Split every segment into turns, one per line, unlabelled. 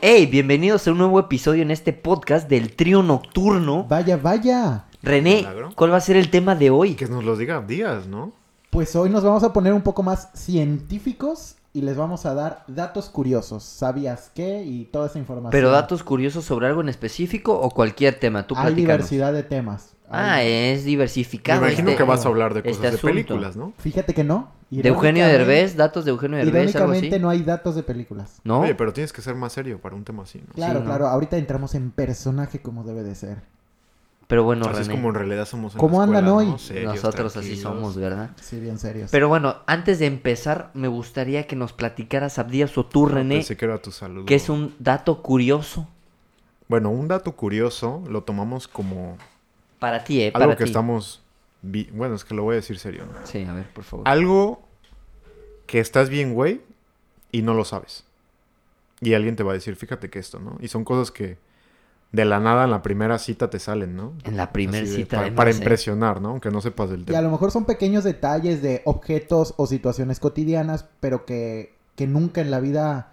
Hey, bienvenidos a un nuevo episodio en este podcast del trío nocturno.
Vaya, vaya.
René,
Milagro.
¿cuál va a ser el tema de hoy?
Que nos los diga Díaz, ¿no?
Pues hoy nos vamos a poner un poco más científicos y les vamos a dar datos curiosos. ¿Sabías qué? Y toda esa información.
¿Pero datos curiosos sobre algo en específico o cualquier tema? Tú
Hay
platícanos.
diversidad de temas.
Ah,
Hay-
es
Me
diversificado.
imagino
este-
que vas a hablar de
este
cosas de
asunto.
películas, ¿no?
Fíjate que no.
De Eugenio
Irónicamente-
Derbez, datos de Eugenio Derbez, algo así.
Irónicamente no hay datos de películas.
¿No?
Oye, pero tienes que ser más serio para un tema así, ¿no?
Claro,
¿no?
claro. Ahorita entramos en personaje como debe de ser.
Pero bueno,
así es
René,
como en realidad somos en
¿Cómo
la escuela,
andan hoy?
¿no? Serios,
nosotros así
tranquilos.
somos, ¿verdad?
Sí, bien serios.
Pero bueno, antes de empezar, me gustaría que nos platicaras, Abdías o tú, René,
Pensé que era tu saludo.
que es un dato curioso
Bueno, un dato curioso lo tomamos como
para ti, ¿eh?
algo
para
que
ti.
estamos... vi- Bueno, es que lo voy a decir serio. ¿no?
Sí, a ver, por favor.
Algo que estás bien, güey, y no lo sabes. Y alguien te va a decir, fíjate que esto, ¿no? Y son cosas que de la nada en la primera cita te salen, ¿no?
En la primera
Así de-
cita.
pa- Para,
además, ¿eh?
impresionar, ¿no? Aunque no sepas del
Y a
tema.
lo mejor son pequeños detalles de objetos o situaciones cotidianas, pero que, que nunca en la vida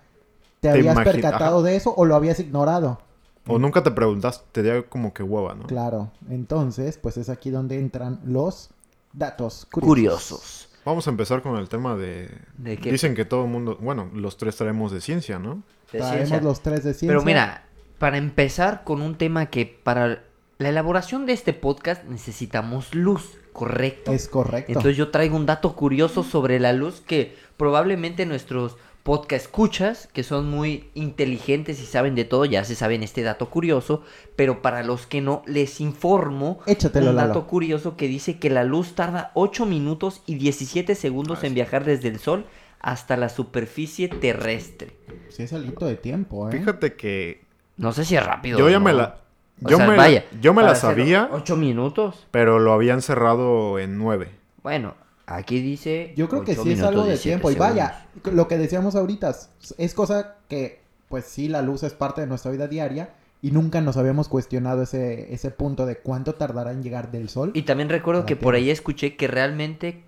te,
Te
habías
imagi-
percatado
ajá.
de eso o lo habías ignorado.
O nunca te preguntas, te da como que hueva, ¿no?
Claro, entonces, pues es aquí donde entran los datos curiosos.
Curiosos.
Vamos a empezar con el tema de...
¿De qué?
Dicen que todo el mundo... Bueno, los tres traemos de ciencia, ¿no?
De ciencia.
Traemos los tres de ciencia.
Pero mira, para empezar con un tema que para la elaboración de este podcast necesitamos luz, ¿correcto?
es correcto.
Entonces yo traigo un dato curioso sobre la luz que probablemente nuestros podcast escuchas, que son muy inteligentes y saben de todo, ya se saben este dato curioso, pero para los que no, les informo
Échatelo,
un
Lalo.
dato curioso que dice que la luz tarda 8 minutos y 17 segundos
Ah,
en
sí.
viajar desde el sol hasta la superficie terrestre.
Sí es alito de tiempo, ¿eh?
Fíjate que...
No sé si es rápido.
Yo
o
ya
no.
me la...
O
Yo
sea,
me, la-
vaya,
yo me la
para hacer
sabía,
¿Ocho minutos?
pero lo habían cerrado en nueve.
Bueno, aquí dice.
Yo creo que
ocho
sí es
minutos,
algo de
17
tiempo. Y vaya,
segundos.
lo que decíamos ahorita, es cosa que, pues sí, la luz es parte de nuestra vida diaria y nunca nos habíamos cuestionado ese, ese punto de cuánto tardará en llegar del sol.
Y también recuerdo
La
que por
tierra.
ahí escuché que realmente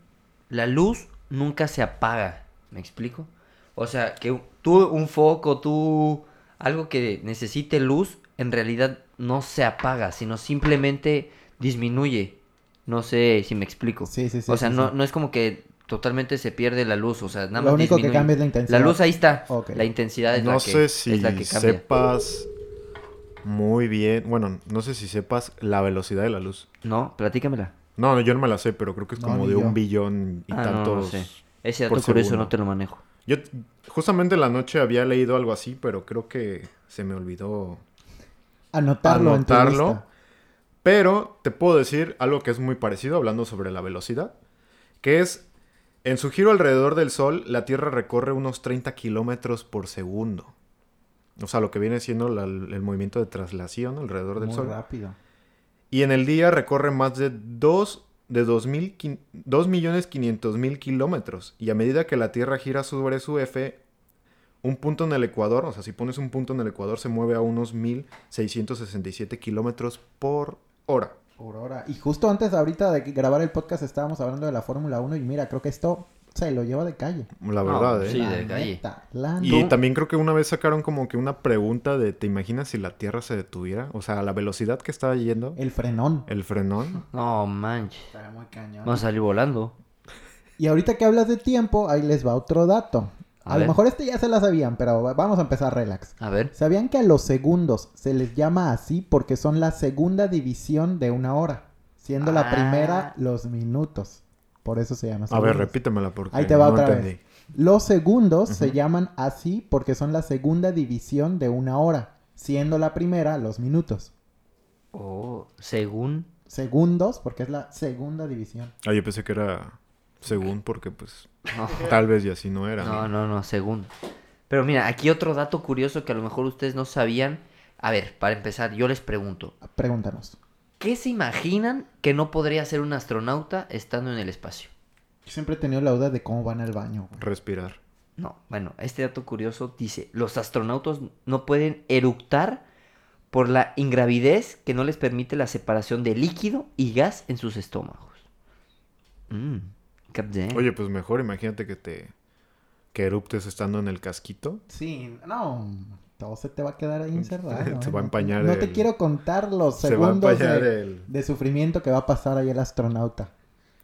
la luz nunca se apaga. ¿Me explico? O sea, que tú, un foco, tú. Algo que necesite luz, en realidad no se apaga, sino simplemente disminuye. No sé si me explico.
Sí, sí, sí.
o sea,
sí,
no,
sí.
no es como que totalmente se pierde la luz. O sea, nada más.
Lo único que
disminuye.
cambia es la
La
intensidad.
luz ahí está.
Ok.
La intensidad es,
no
la, que,
sé si
es la que cambia.
sepas muy bien... Bueno, no sé si sepas la velocidad de la luz.
No, platícamela.
No, no, yo no me la sé, pero creo que es
No,
como
ni
de
yo.
un billón y
Ah, no, no
tantos...
sé. Ese dato
por
curioso
segundo.
no te lo manejo.
Yo t- justamente en la noche había leído algo así, pero creo que se me olvidó
Anotarlo, en tu
anotarlo.
lista.
Pero te puedo decir algo que es muy parecido hablando sobre la velocidad, que es en su giro alrededor del Sol, la Tierra recorre unos 30 kilómetros por segundo. O sea, lo que viene siendo la- el movimiento de traslación alrededor del
Muy
Sol.
rápido.
Y en el día recorre más de 2 de 2.500.000 kilómetros. Y a medida que la Tierra gira sobre su eje, un punto en el Ecuador, o sea, si pones un punto en el Ecuador, se mueve a unos 1.667 kilómetros por hora.
Aurora. Y justo antes ahorita de que- grabar el podcast estábamos hablando de la Fórmula 1 y mira, creo que esto se lo lleva de calle.
La
No,
verdad, ¿eh?
Sí,
La
de calle.
neta, la
Y
neta.
también creo que una vez sacaron como que una pregunta de, ¿te imaginas si la Tierra se detuviera? O sea, a la velocidad que estaba yendo,
El frenón.
el frenón.
No manches.
Está muy cañón.
Vamos a salir volando.
Y ahorita que hablas de tiempo, ahí les va otro dato.
A
A, lo
ver.
mejor este ya se la sabían, pero va- vamos a empezar relax.
A ver.
¿Sabían que a los segundos se les llama así porque son la segunda división de una hora? Siendo
Ah.
la primera los minutos. Por eso se llama
A ver,
segundos.
repítemela porque
Ahí te va
no
otra vez.
entendí.
Los segundos se
Ujú.
llaman así porque son la segunda división de una hora, siendo la primera los minutos.
Oh, según.
Segundos porque es la segunda división.
Ah, yo pensé que era según porque pues
No.
tal vez y así no era.
no, no, no, según. Pero mira, aquí otro dato curioso que a lo mejor ustedes no sabían. A ver, para empezar, yo les pregunto.
Pregúntanos.
¿Qué se imaginan que no podría ser un astronauta estando en el espacio?
Yo siempre he tenido la duda de cómo van al baño. güey.
Respirar.
No, bueno, este dato curioso dice, los astronautas no pueden eructar por la ingravidez que no les permite la separación de líquido y gas en sus estómagos. Mm, captain.
Oye, pues mejor imagínate que te que eruptes estando en el casquito.
Sí, no. todo se te va a quedar ahí encerrado.
Se
¿eh?
va a empañar
No te
el-
quiero contar los
Se va a
segundos
empañar
de,
el-
de sufrimiento que va a pasar ahí el astronauta.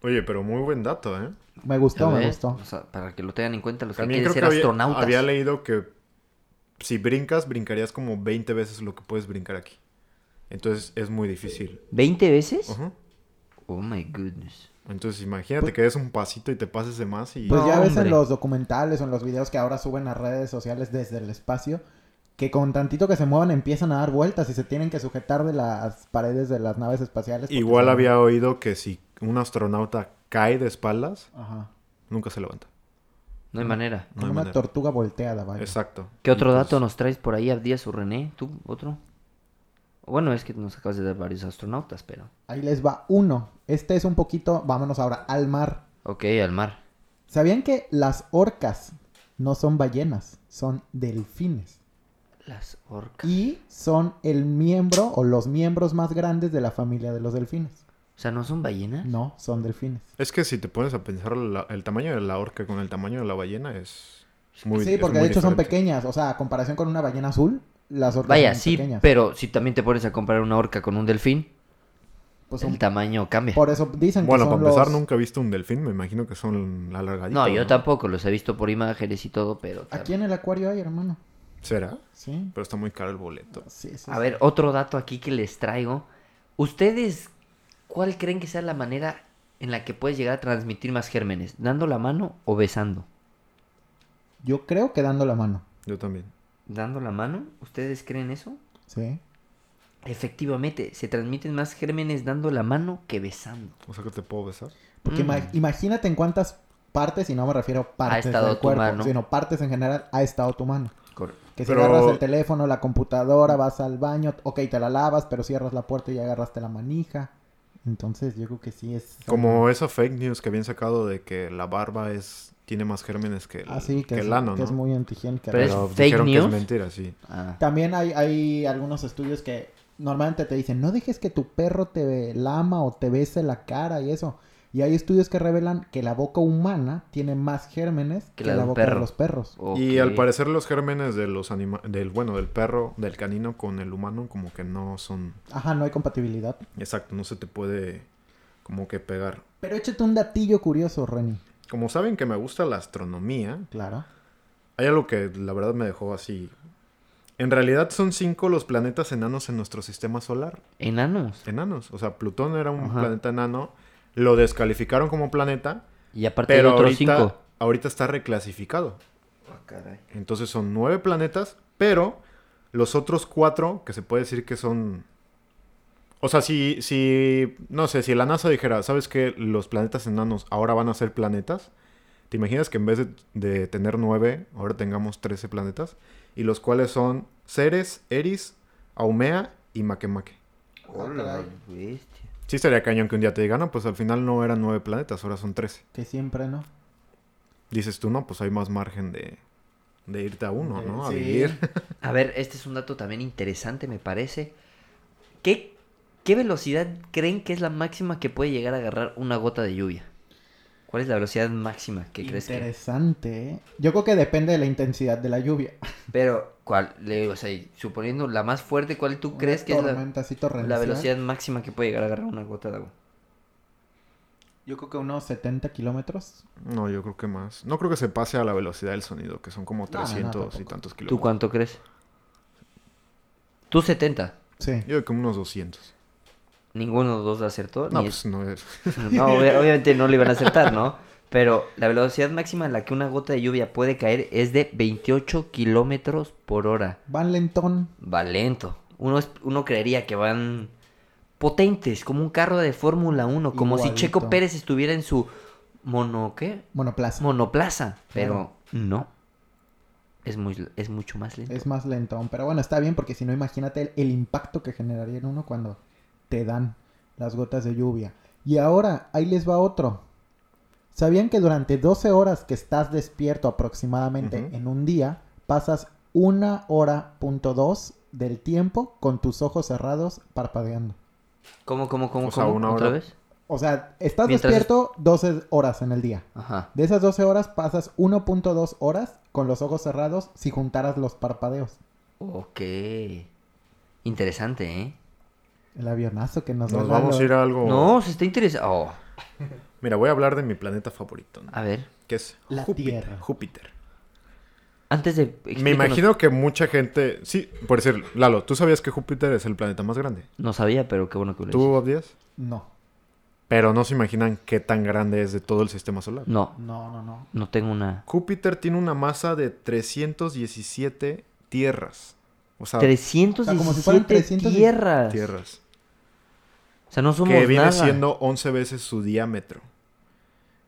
Oye, pero muy buen dato, ¿eh?
Me
Ya
gustó, me
ves,
gustó.
o sea, para que lo tengan en cuenta los
También
que
creo
quieren
que
ser
había,
astronautas.
había leído que si brincas, brincarías como 20 veces lo que puedes brincar aquí. Entonces es muy difícil.
¿20 veces?
Ajá.
Oh my goodness.
Entonces imagínate que des un pasito y te pases de más y...
Pues
No,
ya ves en
hombre.
los documentales o en los videos que ahora suben a redes sociales desde el espacio, que con tantito que se muevan empiezan a dar vueltas y se tienen que sujetar de las paredes de las naves espaciales. porque
Igual
se-
había oído que si un astronauta cae de espaldas,
Ajá.
nunca se levanta.
No hay manera.
No
Como
hay
una
manera.
tortuga volteada, vaya.
Exacto.
¿Qué otro
Y, pues,
dato nos traes por ahí, Abdías o René? ¿Tú otro? Bueno, es que nos acabas de dar varios astronautas, pero...
Ahí les va uno. Este es un poquito, vámonos ahora, al mar.
Ok, al mar.
¿Sabían que las orcas no son ballenas, son delfines?
Las orcas.
Y son el miembro o los miembros más grandes de la familia de los delfines.
O sea, ¿no son ballenas?
No, son delfines.
Es que si te pones a pensar la- el tamaño de la orca con el tamaño de la ballena es muy
sí,
es
porque de
muy
hecho son
diferente.
pequeñas. O sea, a comparación con una ballena azul, las orcas
Vaya,
son
sí,
pequeñas.
pero si también te pones a comparar una orca con un delfín,
Pues son-
el tamaño cambia.
por eso dicen que
Bueno,
son
para empezar,
los-
nunca he visto un delfín. Me imagino que son alargaditos.
No, yo tampoco, los he visto por imágenes y todo, pero...
Aquí en el acuario hay, hermano.
¿Será?
Sí.
Pero está muy caro el boleto.
sí, sí,
A
sí.
ver, otro dato aquí que les traigo. ¿Ustedes cuál creen que sea la manera en la que puedes llegar a transmitir más gérmenes? ¿Dando la mano o besando?
Yo creo que dando la mano.
Yo también.
¿Dando la mano? ¿Ustedes creen eso?
Sí.
Efectivamente, se transmiten más gérmenes dando la mano que besando.
O sea que te puedo besar.
Porque
Mm.
ima- imagínate en cuántas partes, y no me refiero partes
estado
del
tu
cuerpo,
mano.
sino partes en general, ha estado tu mano. Que si
Pero-
agarras el teléfono, la computadora, vas al baño, ok, te la lavas, pero cierras la puerta y agarraste la manija. Entonces, yo creo que sí es...
Como esa fake news que habían sacado de que la barba es tiene más gérmenes que el,
Ah, sí, que,
que
es,
el ano,
que
¿no?
es muy antigénica.
Pero es
Pero
fake
dijeron que
news.
es mentira, sí.
Ah,
También hay, hay algunos estudios que normalmente te dicen, no dejes que tu perro te lama o te bese la cara y eso. Y hay estudios que revelan que la boca humana tiene más gérmenes
Que
que,
la de
la
un
boca de
perro.
los perros.
Y
Ah, ok.
al parecer los gérmenes de los anima del bueno, del perro, del canino con el humano como que no son
Ajá, no hay compatibilidad.
exacto, no se te puede como que pegar.
Pero échate un datillo curioso, Reni.
Como saben que me gusta la astronomía,
Claro.
hay algo que la verdad me dejó así. En realidad son cinco los planetas enanos en nuestro sistema solar.
Enanos.
Enanos. O sea, Plutón era un
Ajá.
planeta enano. Lo descalificaron como planeta.
Y aparte de
Pero
otros
ahorita,
cinco.
ahorita está reclasificado. Entonces son nueve planetas, pero los otros cuatro, que se puede decir que son... O sea, si, si, no sé, si la NASA dijera, ¿sabes que Los planetas enanos ahora van a ser planetas. ¿Te imaginas que en vez de, de tener nueve, ahora tengamos trece planetas? Y los cuales son Ceres, Eris, Aumea y Makemake.
Hola.
bestia.
Sí estaría cañón que un día te digan, no, pues al final no eran nueve planetas, ahora son trece.
Que siempre, ¿no?
Dices tú, no, pues hay más margen de, de irte a uno, ¿no? A
Sí.
vivir.
A ver, este es un dato también interesante, me parece. ¿Qué, ¿Qué velocidad creen que es la máxima que puede llegar a agarrar una gota de lluvia? ¿Cuál es la velocidad máxima que crees que?
Interesante, ¿eh? Yo creo que depende de la intensidad de la lluvia.
Pero, ¿cuál? Le, o sea, suponiendo la más fuerte, ¿cuál tú
Una
crees que es la,
tormenta así
la
torrencial.
velocidad máxima que puede llegar a agarrar una gota de agua?
Yo creo que unos 70 kilómetros.
No, yo creo que más. No creo que se pase a la velocidad del sonido, que son como
No, no, no,
300 y
tampoco.
tantos
¿Tú
kilómetros.
cuánto crees? ¿Tú 70?
Sí.
Yo creo que unos 200.
Ninguno de los dos la acertó.
No,
ni
pues no es.
No, obvia- obviamente no lo iban a acertar, ¿no? Pero la velocidad máxima a la que una gota de lluvia puede caer es de 28 kilómetros por hora.
Van lentón.
Va lento. Uno, es- uno creería que van potentes, como un carro de Fórmula 1, como
Igualito.
si Checo Pérez estuviera en su mono, ¿qué?
Monoplaza.
monoplaza. Pero no. Es, muy, es mucho más lento.
Es más lentón. Pero bueno, está bien porque si no, imagínate el, el impacto que generaría en uno cuando te dan las gotas de lluvia. Y ahora, ahí les va otro. ¿Sabían que durante 12 horas que estás despierto aproximadamente
Ujú.
en un día, pasas una hora punto dos del tiempo con tus ojos cerrados parpadeando?
¿Cómo, cómo, cómo,
O sea,
cómo?
una
¿Otra
hora.
vez?
O sea, estás
Mientras-
despierto 12 horas en el día.
Ajá.
De esas 12 horas pasas 1.2 horas con los ojos cerrados si juntaras los parpadeos.
Ok. Interesante, ¿eh?
El avionazo que nos,
Nos vamos a ir a algo.
No, se está interesando. Oh,
Mira, voy a hablar de mi planeta favorito, ¿no?
a ver.
que es
La
Júpiter.
Tierra.
Júpiter.
Antes de.
Me
explícanos-
imagino que mucha gente. Sí, por decir, Lalo, ¿tú sabías que Júpiter es el planeta más grande?
No sabía, pero qué bueno que lo
¿Tú, Abdias?
No,
Pero no se imaginan qué tan grande es de todo el sistema solar.
dices. No,
no, no, no.
no tengo una.
Júpiter tiene una masa de 317 tierras. O sea,
317
como si fueran 300 y-
tierras.
Ah. tierras.
O sea, no somos
Que viene
nada.
siendo 11 veces su diámetro.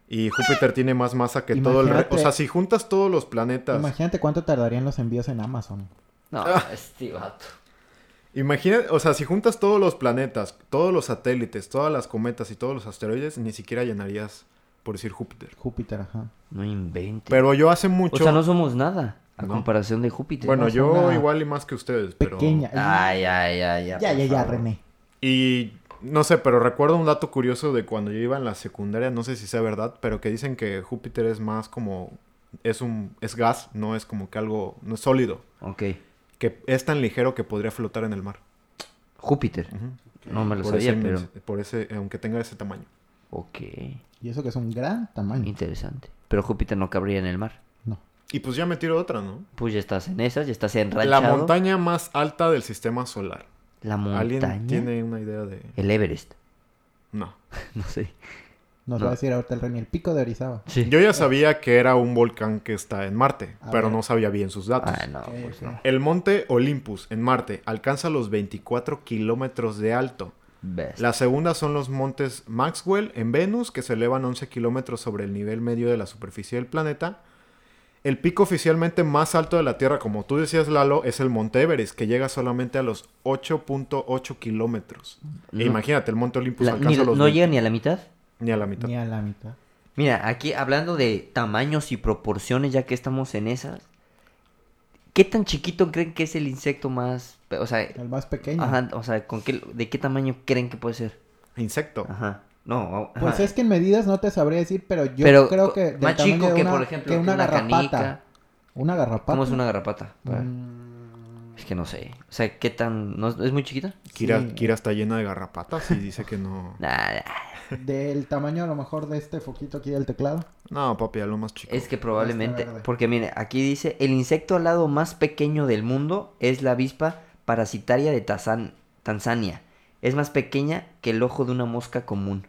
Y
Ah.
Júpiter tiene más masa que todo el... re-
Imagínate.
O sea, si juntas todos los planetas...
Imagínate cuánto tardarían los envíos en Amazon.
No,
Ah.
este vato.
Imagina, o sea, si juntas todos los planetas, todos los satélites, todas las cometas y todos los asteroides, ni siquiera llenarías, por decir, Júpiter.
Júpiter, ajá.
No inventes.
Pero yo hace
o
mucho...
sea, no somos nada a
No.
comparación de Júpiter.
bueno,
es
yo
una
igual y más que ustedes, pero...
Pequeña.
Ay, ay, ay, ya.
ya,
por
ya, ya,
favor.
René.
Y no sé, pero recuerdo un dato curioso de cuando yo iba en la secundaria, no sé si sea verdad, pero que dicen que Júpiter es más como... Es un... Es gas, no es como que algo... No es sólido.
Ok.
Que es tan ligero que podría flotar en el mar.
Júpiter.
Ujú.
No me lo
Por
sabía,
ese
pero.
inmensi- por ese... Aunque tenga ese tamaño.
Ok.
Y eso que es un gran tamaño.
Interesante. Pero Júpiter no cabría en el mar.
No.
Y pues ya me tiro otra, ¿no?
Pues ya estás en esas, ya estás en
La montaña más alta del sistema solar.
La montaña.
¿Alguien tiene una idea de...?
El Everest.
No.
No sé.
Nos
No.
va a decir ahorita el René, el pico de Orizaba.
Sí.
Yo ya sabía que era un volcán que está en Marte,
A
pero
ver.
no sabía bien sus datos.
Ah, no,
Ok,
pues
ok.
no.
El monte Olympus en Marte alcanza los 24 kilómetros de alto.
Ves.
La segunda son los montes Maxwell en Venus, que se elevan 11 kilómetros sobre el nivel medio de la superficie del planeta. El pico oficialmente más alto de la Tierra, como tú decías, Lalo, es el monte Everest, que llega solamente a los 8.8 kilómetros. E
No.
imagínate, el monte Olympus
La- ni-
alcanza los
no
20,
llega ni a la mitad.
ni a la mitad.
Ni a la mitad.
Mira, aquí hablando de tamaños y proporciones, ya que estamos en esas, ¿qué tan chiquito creen que es el insecto más, pe- o sea,
El más pequeño.
ajá, o sea, con qué, de qué tamaño creen que puede ser?
Insecto.
Ajá. No, ajá.
Pues es que en medidas no te sabría decir, pero yo
Pero
creo
co-
que del
más
tamaño
chico
de
que
una-
por ejemplo
que
que
una,
una
garrapata. Mm.
canica.
Una garrapata.
¿Cómo es una garrapata? Para-
Mm,
Es que no sé. O sea, ¿qué tan no, es muy chiquita?
Kira,
Sí.
Kira está llena de garrapatas y dice que no.
Nada.
del tamaño a lo mejor de este foquito aquí del teclado.
No, papi, a lo más chico.
Es que probablemente,
verde.
porque mire, aquí dice, el insecto alado más pequeño del mundo es la avispa parasitaria de Tazan- Tanzania. Es más pequeña que el ojo de una mosca común.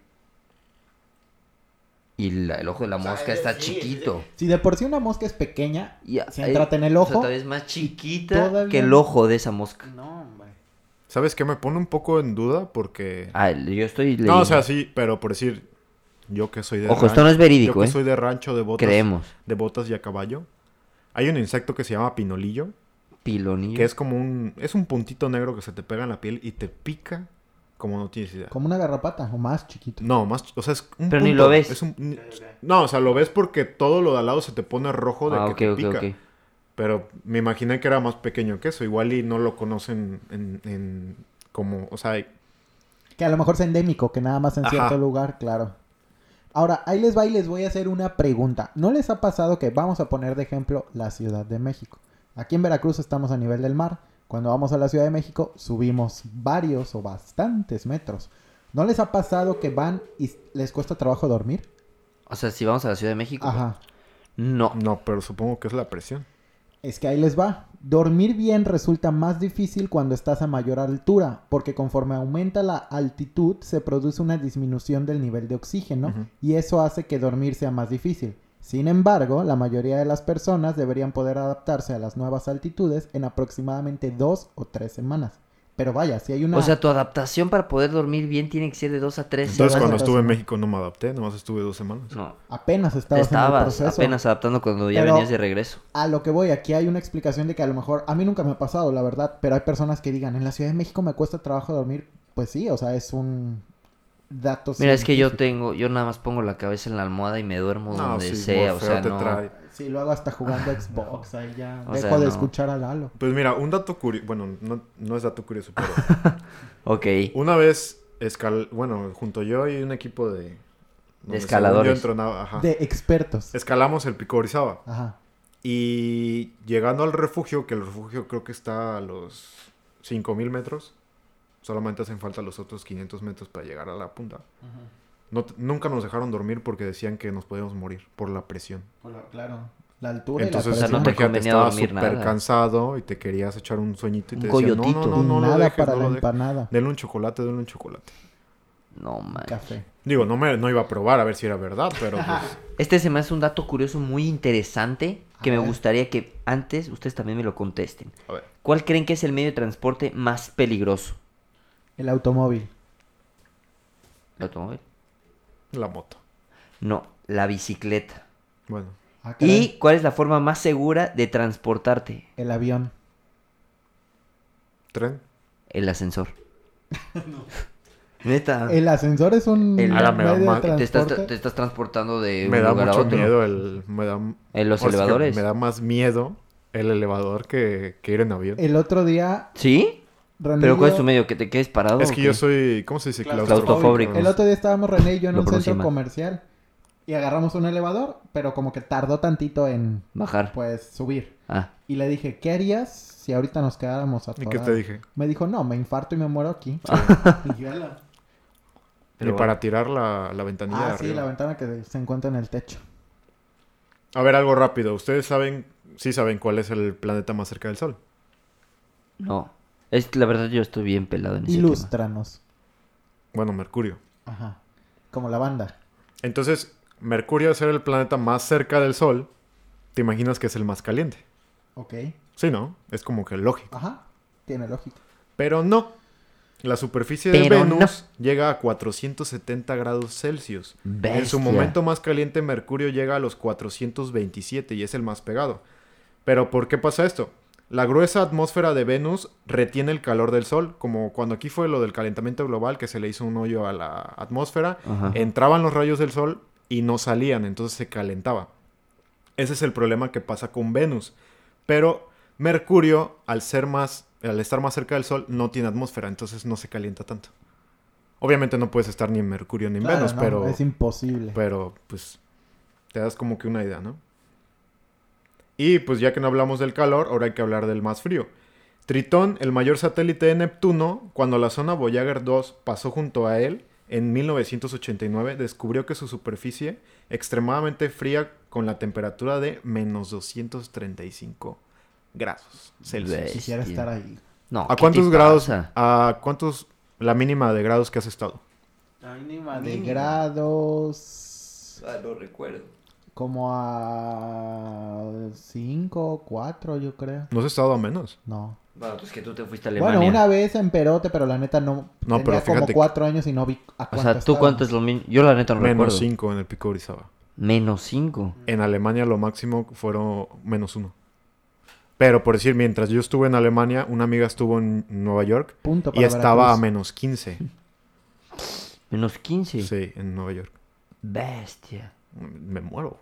Y la- el ojo de la
Pues,
sea,
mosca
es
está
decir,
chiquito.
Si de por sí una mosca es pequeña,
Y a-
se
eh,
entrata en el
o sea,
ojo.
todavía es más chiquita
todavía-
que el ojo de esa mosca.
No, hombre.
¿Sabes qué? Me pone un poco en duda porque.
Ah, yo estoy leyendo.
no, o sea, sí, pero por decir. Yo que soy de.
Ojo, esto no es
Yo
verídico,
que
¿eh?
soy de rancho, de botas.
Creemos.
De botas y a caballo. Hay un insecto que se llama pinolillo.
Pilonillo.
Que es como un. Es un puntito negro que se te pega en la piel y te pica como no tienes idea.
Como una garrapata o más chiquito.
No, más. O sea, es un.
Pero ni
punto,
lo ves.
es un- ni- no, o sea, lo ves porque todo lo de al lado se te pone rojo de
Ah,
que
ok,
te
ok,
pica.
ok.
Pero me imaginé que era más pequeño que eso. Igual y no lo conocen en, en- como, o sea,
Que a lo mejor es endémico, que nada más en
Ajá.
cierto lugar, claro. Ahora, ahí les va y les voy a hacer una pregunta. ¿No les ha pasado que vamos a poner de ejemplo la Ciudad de México? Aquí en Veracruz estamos a nivel del mar. Cuando vamos a la Ciudad de México subimos varios o bastantes metros. ¿No les ha pasado que van y les cuesta trabajo dormir?
O sea, si vamos a la Ciudad de México.
Ajá.
No.
no, pero supongo que es la presión.
Es que ahí les va. Dormir bien resulta más difícil cuando estás a mayor altura, porque conforme aumenta la altitud se produce una disminución del nivel de oxígeno
Ujú.
y eso hace que dormir sea más difícil. Sin embargo, la mayoría de las personas deberían poder adaptarse a las nuevas altitudes en aproximadamente dos o tres semanas. Pero vaya, si hay una...
O sea, tu adaptación para poder dormir bien tiene que ser de 2 a 3
Entonces,
vas
cuando
a
estuve en
casar.
México no me adapté, nomás estuve dos semanas.
No,
apenas
te
estabas, en el
estabas
proceso.
apenas adaptando cuando ya
Pero-
venías de regreso.
A lo que voy, aquí hay una explicación de que a lo mejor, a mí nunca me ha pasado, la verdad, pero hay personas que digan, en la Ciudad de México me cuesta trabajo dormir. Pues sí, o sea, es un dato.
Mira, es que yo
científico.
tengo, yo nada más pongo la cabeza en la almohada y me duermo
No,
donde
sí,
sea, o
Morfeo
sea,
te
no.
trae.
Sí, lo hago hasta jugando
Ah,
a Xbox, ahí ya.
O
Dejo
sea,
de
no.
escuchar a Lalo.
Pues mira, un dato curioso, bueno, no, no es dato curioso, pero
Ok,
una vez, escal bueno, junto yo y un equipo de... donde según
escaladores.
Yo entrenaba, ajá,
De expertos.
Escalamos el pico Orizaba.
Ajá.
Y llegando al refugio, que el refugio creo que está a los 5000 metros, solamente hacen falta los otros 500 metros para llegar a la punta. No t- nunca nos dejaron dormir porque decían que nos podíamos morir por la presión.
Por la- claro, la altura
Entonces,
y la
sea, no
presión.
te
imagínate,
convenía
estabas
dormir
súper
nada.
cansado y te querías echar un sueñito y
Un
te decían, no, no,
coyotito.
no, no, lo
Nada
dejes,
para
no
la
lo dejes.
empanada.
Denle un chocolate, denle un chocolate.
No, man.
Café.
Digo, no me no iba a probar a ver si era verdad, pero pues,
Este se me hace un dato curioso muy interesante que
A
me
ver.
gustaría que antes ustedes también me lo contesten.
a ver.
¿Cuál creen que es el medio de transporte más peligroso?
El automóvil.
¿El automóvil?
La moto.
No, la bicicleta.
Bueno,
Ah, caray.
¿Y cuál es la forma más segura de transportarte?
El avión.
tren.
El ascensor. Neta.
El ascensor es un
Ah. El-
Ah, me da
medio de
mal-
Te, estás,
transporte.
te estás transportando de
Me
un
da
lugar a
mucho
otro.
miedo el... Me da,
¿En los
ahora sí que
elevadores?
Me da más miedo el elevador que, que ir en avión.
El otro día,
¿Sí?
René
¿Pero
y
cuál
yo-
es tu medio? ¿Que te quedes parado? o
Es que
qué?
yo soy, ¿cómo se dice?
Oh, Claustrofóbico.
El otro día estábamos René y yo en
Lo
un centro
aproxima.
comercial y agarramos un elevador, pero como que tardó tantito en,
Bajar.
pues, subir.
Ah.
Y le dije, ¿qué harías si ahorita nos quedáramos a
¿Y
toda?
qué te dije?
Me dijo, no, me infarto y me muero aquí.
Ah.
Y yo, "Ala".
Pero
Ni para tirar la, la ventanilla de
ah, sí,
arriba.
la ventana que se encuentra en el techo.
A ver, algo rápido. Ustedes saben, sí saben cuál es el planeta más cerca del Sol.
No. Es que la verdad yo estoy bien pelado en ese tema.
Ilústranos.
Bueno, Mercurio.
Ajá. Como la banda.
Entonces, Mercurio al ser el planeta más cerca del Sol, te imaginas que es el más caliente.
Ok.
Sí, ¿no? Es como que lógico.
Ajá. Tiene lógica.
Pero no. La superficie de
Pero
Venus llega a 470 grados Celsius. En
Bestia.
su momento más caliente, Mercurio llega a los 427 y es el más pegado. Pero ¿por qué pasa esto? La gruesa atmósfera de Venus retiene el calor del Sol, como cuando aquí fue lo del calentamiento global, que se le hizo un hoyo a la atmósfera,
Ajá.
entraban los rayos del Sol y no salían, entonces se calentaba. Ese es el problema que pasa con Venus. Pero Mercurio, al ser más, al estar más cerca del Sol, no tiene atmósfera, entonces no se calienta tanto. Obviamente no puedes estar ni en Mercurio ni en
Claro,
Venus,
no,
pero...
Es imposible.
Pero, pues, te das como que una idea, ¿no? Y, pues, ya que no hablamos del calor, ahora hay que hablar del más frío. Tritón, el mayor satélite de Neptuno, cuando la zona Voyager 2 pasó junto a él en 1989, descubrió que su superficie, extremadamente fría, con la temperatura de menos 235 grados Celsius.
Ve.
Quisiera
Bestia.
estar ahí.
No,
¿A
¿qué
cuántos
te
grados?
pasa?
¿A cuántos? La mínima de grados que has estado.
De
Mínimo.
grados.
no recuerdo.
Como a 5, 4, yo creo.
¿No has estado a menos?
No.
Bueno, pues que tú te fuiste a Alemania.
Bueno, una vez en Perote, pero la neta no.
No,
tenía
pero
como
fíjate que-
cuatro años y no vi a
O
cuánto
sea, ¿tú
estaba.
cuánto es lo mismo? Yo la neta no
Menos
recuerdo.
5 en el pico de Orizaba.
Menos cinco.
En Alemania lo máximo fueron menos uno. Pero por decir, mientras yo estuve en Alemania, una amiga estuvo en Nueva York
Punto para
y estaba a
Veracruz.
menos 15.
Menos quince.
Sí. en Nueva York.
Bestia.
Me muero.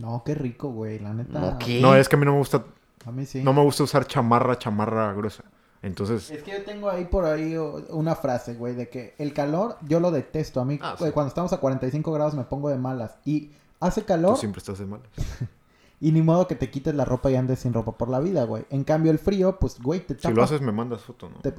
No, qué rico, güey, la neta.
No, ¿qué?
güey. No, es que a mí no me gusta,
A mí sí.
no me gusta usar chamarra, chamarra gruesa.
¿Eh?
Entonces,
Es que yo tengo ahí por ahí o- una frase, güey, de que el calor yo lo detesto. A mí,
Ah,
güey,
sí.
cuando estamos a 45 grados me pongo de malas. Y hace calor
tú siempre estás de mal.
y ni modo que te quites la ropa y andes sin ropa por la vida, güey. En cambio, el frío, pues, güey, te tapas.
Si lo haces, me mandas foto, ¿no?
Te,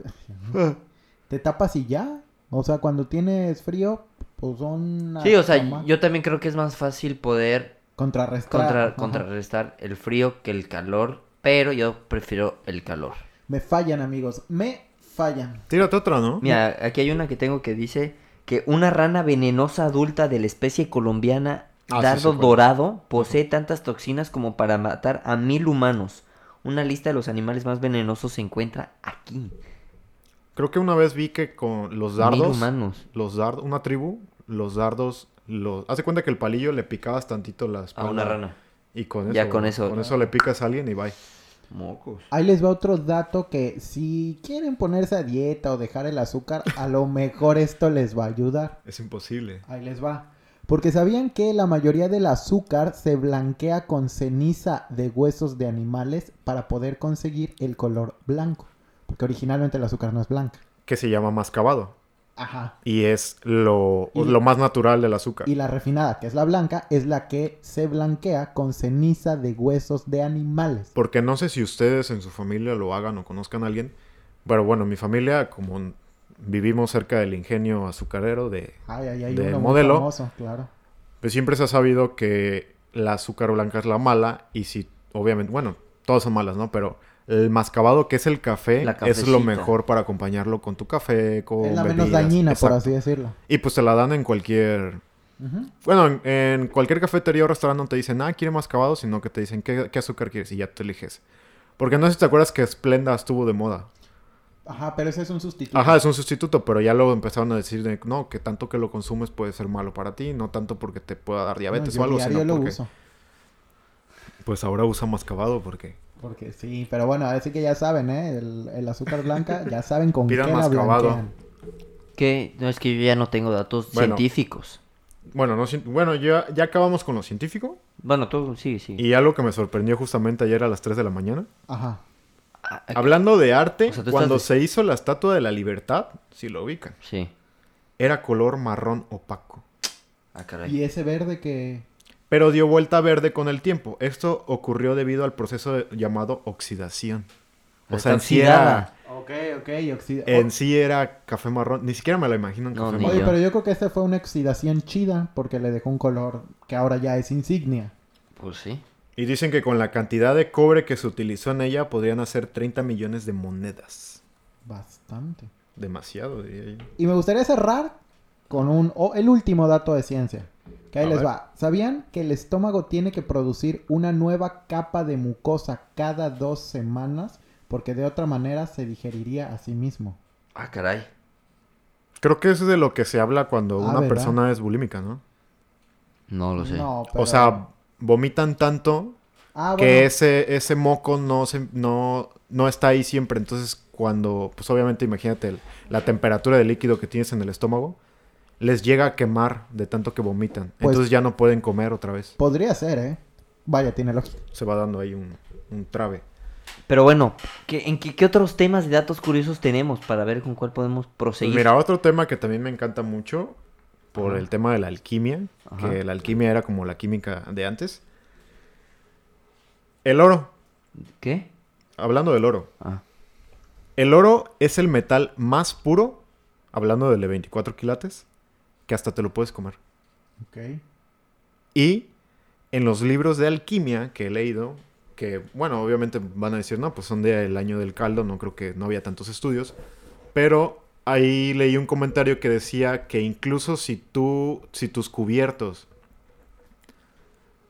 te tapas y ya. O sea, cuando tienes frío, pues son.
Sí, o sea,
cama-
yo también creo que es más fácil poder
Contrarrestar.
contra-
ajá.
contrarrestar el frío que el calor, pero yo prefiero el calor.
Me fallan, amigos. Me fallan.
Tírate otra, ¿no?
Mira, aquí hay una que tengo que dice que una rana venenosa adulta de la especie colombiana
Ah, sí,
dardo
sí, cuál.
dorado posee tantas toxinas como para matar a mil humanos. Una lista de los animales más venenosos se encuentra aquí.
Creo que una vez vi que con los
Mil
dardos,
humanos.
los dardos, una tribu, los dardos, los... Hace cuenta que el palillo le picabas tantito las
A una rana.
Y con eso,
Ya con eso.
con eso le picas a alguien y bye.
Mocos.
Ahí les va otro dato que si quieren ponerse a dieta o dejar el azúcar, a lo mejor esto les va a ayudar.
Es imposible.
Ahí les va. Porque sabían que la mayoría del azúcar se blanquea con ceniza de huesos de animales para poder conseguir el color blanco. Porque originalmente el azúcar no es blanca.
Que se llama mascabado.
Ajá.
Y es lo,
Y-
lo más natural del azúcar.
Y la refinada, que es la blanca, es la que se blanquea con ceniza de huesos de animales.
Porque no sé si ustedes en su familia lo hagan o conozcan a alguien. Pero bueno, mi familia, como n- vivimos cerca del ingenio azucarero, de,
Ay, ay, ay,
Del
uno muy
modelo.
famoso, claro.
pues siempre se ha sabido que la azúcar blanca es la mala. Y si, obviamente, bueno, todas son malas, ¿no? Pero el mascabado, que es el café,
La
es lo
cafecita.
mejor para acompañarlo con tu café, con
es la menos
bebidas.
dañina, por
Exacto.
así decirlo.
Y pues te la dan en cualquier
Ujú.
Bueno, en, en cualquier cafetería o restaurante no te dicen, ah, quiere mascabado, sino que te dicen, ¿qué, qué azúcar quieres? Y ya te eliges. Porque no sé si te acuerdas que Splenda estuvo de moda.
Ajá, pero ese es un sustituto.
Ajá, es un sustituto, pero ya luego empezaron a decir, de, no, que tanto que lo consumes puede ser malo para ti, no tanto porque te pueda dar
No,
diabetes
yo
o algo,
diario
sino
lo
porque...
uso.
Pues ahora usa mascabado porque...
Porque sí, pero bueno, ahora sí que ya saben, ¿eh? El, el azúcar blanca, ya saben con qué
Pidan
la
mascabado.
blanquean.
Que no es que yo ya no tengo datos
Bueno.
científicos.
Bueno, no, cien- bueno ya, ya acabamos con lo científico.
Bueno, tú sí, sí.
Y algo que me sorprendió justamente ayer a las 3 de la mañana.
Ajá.
Ah, ah,
Hablando de arte,
O sea, tú
cuando
estás-
se hizo la Estatua de la Libertad, si lo ubican,
Sí.
era color marrón opaco.
Ah, caray.
Y ese verde que...
pero dio vuelta verde con el tiempo. Esto ocurrió debido al proceso de- llamado oxidación. O
Está
sea, en sí, era,
oxidada.
Ok, ok, oxida...
en sí era café marrón. Ni siquiera me lo imagino en
No,
café
ni
Oye,
marrón.
yo.
pero yo creo que esta fue una oxidación chida porque le dejó un color que ahora ya es insignia.
Pues sí.
Y dicen que con la cantidad de cobre que se utilizó en ella podrían hacer 30 millones de monedas.
Bastante.
Demasiado, diría yo.
Y me gustaría cerrar con un o el último dato de ciencia. Que ahí
A
les
ver.
va. ¿Sabían que el estómago tiene que producir una nueva capa de mucosa cada dos semanas? Porque de otra manera se digeriría a sí mismo.
Ah, caray.
Creo que eso es de lo que se habla cuando
Ah,
una
¿verdad?
persona es bulímica, ¿no?
No lo sé.
No, pero-
Pues O sea, vomitan tanto
Ah,
que
bueno.
ese, ese moco no, se, no, no está ahí siempre. Entonces, cuando, pues obviamente imagínate el- la temperatura del líquido que tienes en el estómago, les llega a quemar de tanto que vomitan.
Pues-
Entonces ya no pueden comer otra vez.
Podría ser, ¿eh? Vaya, tiene lógica.
Se va dando ahí un, un trabe.
Pero bueno, ¿qué, ¿en qué, qué otros temas y datos curiosos tenemos para ver con cuál podemos
Pues
proseguir?
mira, otro tema que también me encanta mucho por
Ajá.
el tema de la alquimia,
Ajá.
que la alquimia era como la química de antes. El oro,
¿Qué?
hablando del oro.
Ah,
El oro es el metal más puro, hablando del de 24 quilates, que hasta te lo puedes comer.
Ok.
Y en los libros de alquimia que he leído, que bueno, obviamente van a decir, no, pues son del año del caldo, no creo que no había tantos estudios, pero ahí leí un comentario que decía que incluso si tú, si tus cubiertos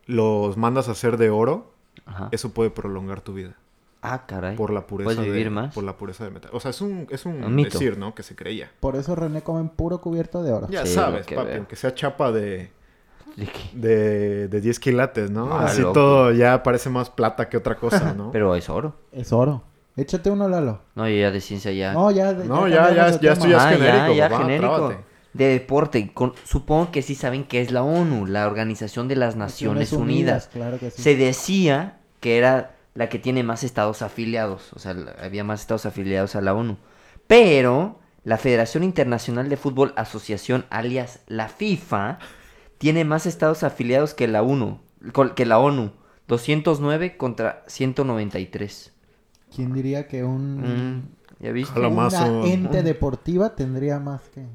los mandas a hacer de oro,
ajá.
eso puede prolongar tu vida
Ah, caray.
por la pureza
¿Puedes vivir
de,
más?
por la pureza de metal. O sea, es un, es un,
Un mito.
decir, ¿no? Que se creía.
Por eso René come en puro cubierto de oro.
Ya
Sí,
sabes,
lo que
papi,
veo.
aunque sea chapa de,
¿De qué?
de, de 10 quilates, ¿no?
Ah,
Así
loco.
todo ya parece más plata que otra cosa, ¿no?
Pero es oro.
Es oro. Échate uno, Lalo.
No, yo ya de ciencia ya.
No, ya. de-
No, ya-
cambiamos
ya-
de
ya estoy
tema.
ya-
Ah,
es genérico,
ya, ya,
papá,
genérico.
trábate.
De deporte. Con- supongo que sí saben que es la ONU, la Organización de las Naciones Unidas.
Claro que sí.
Se decía que era la que tiene más estados afiliados, o sea, la- había más estados afiliados a la ONU. Pero la Federación Internacional de Fútbol Asociación, alias la FIFA, tiene más estados afiliados que la ONU, col- que la ONU, 209 contra 193.
¿Quién diría que un.
Mm, ¿Ya viste?
Jala.
Una
Calamazo.
ente deportiva tendría más que.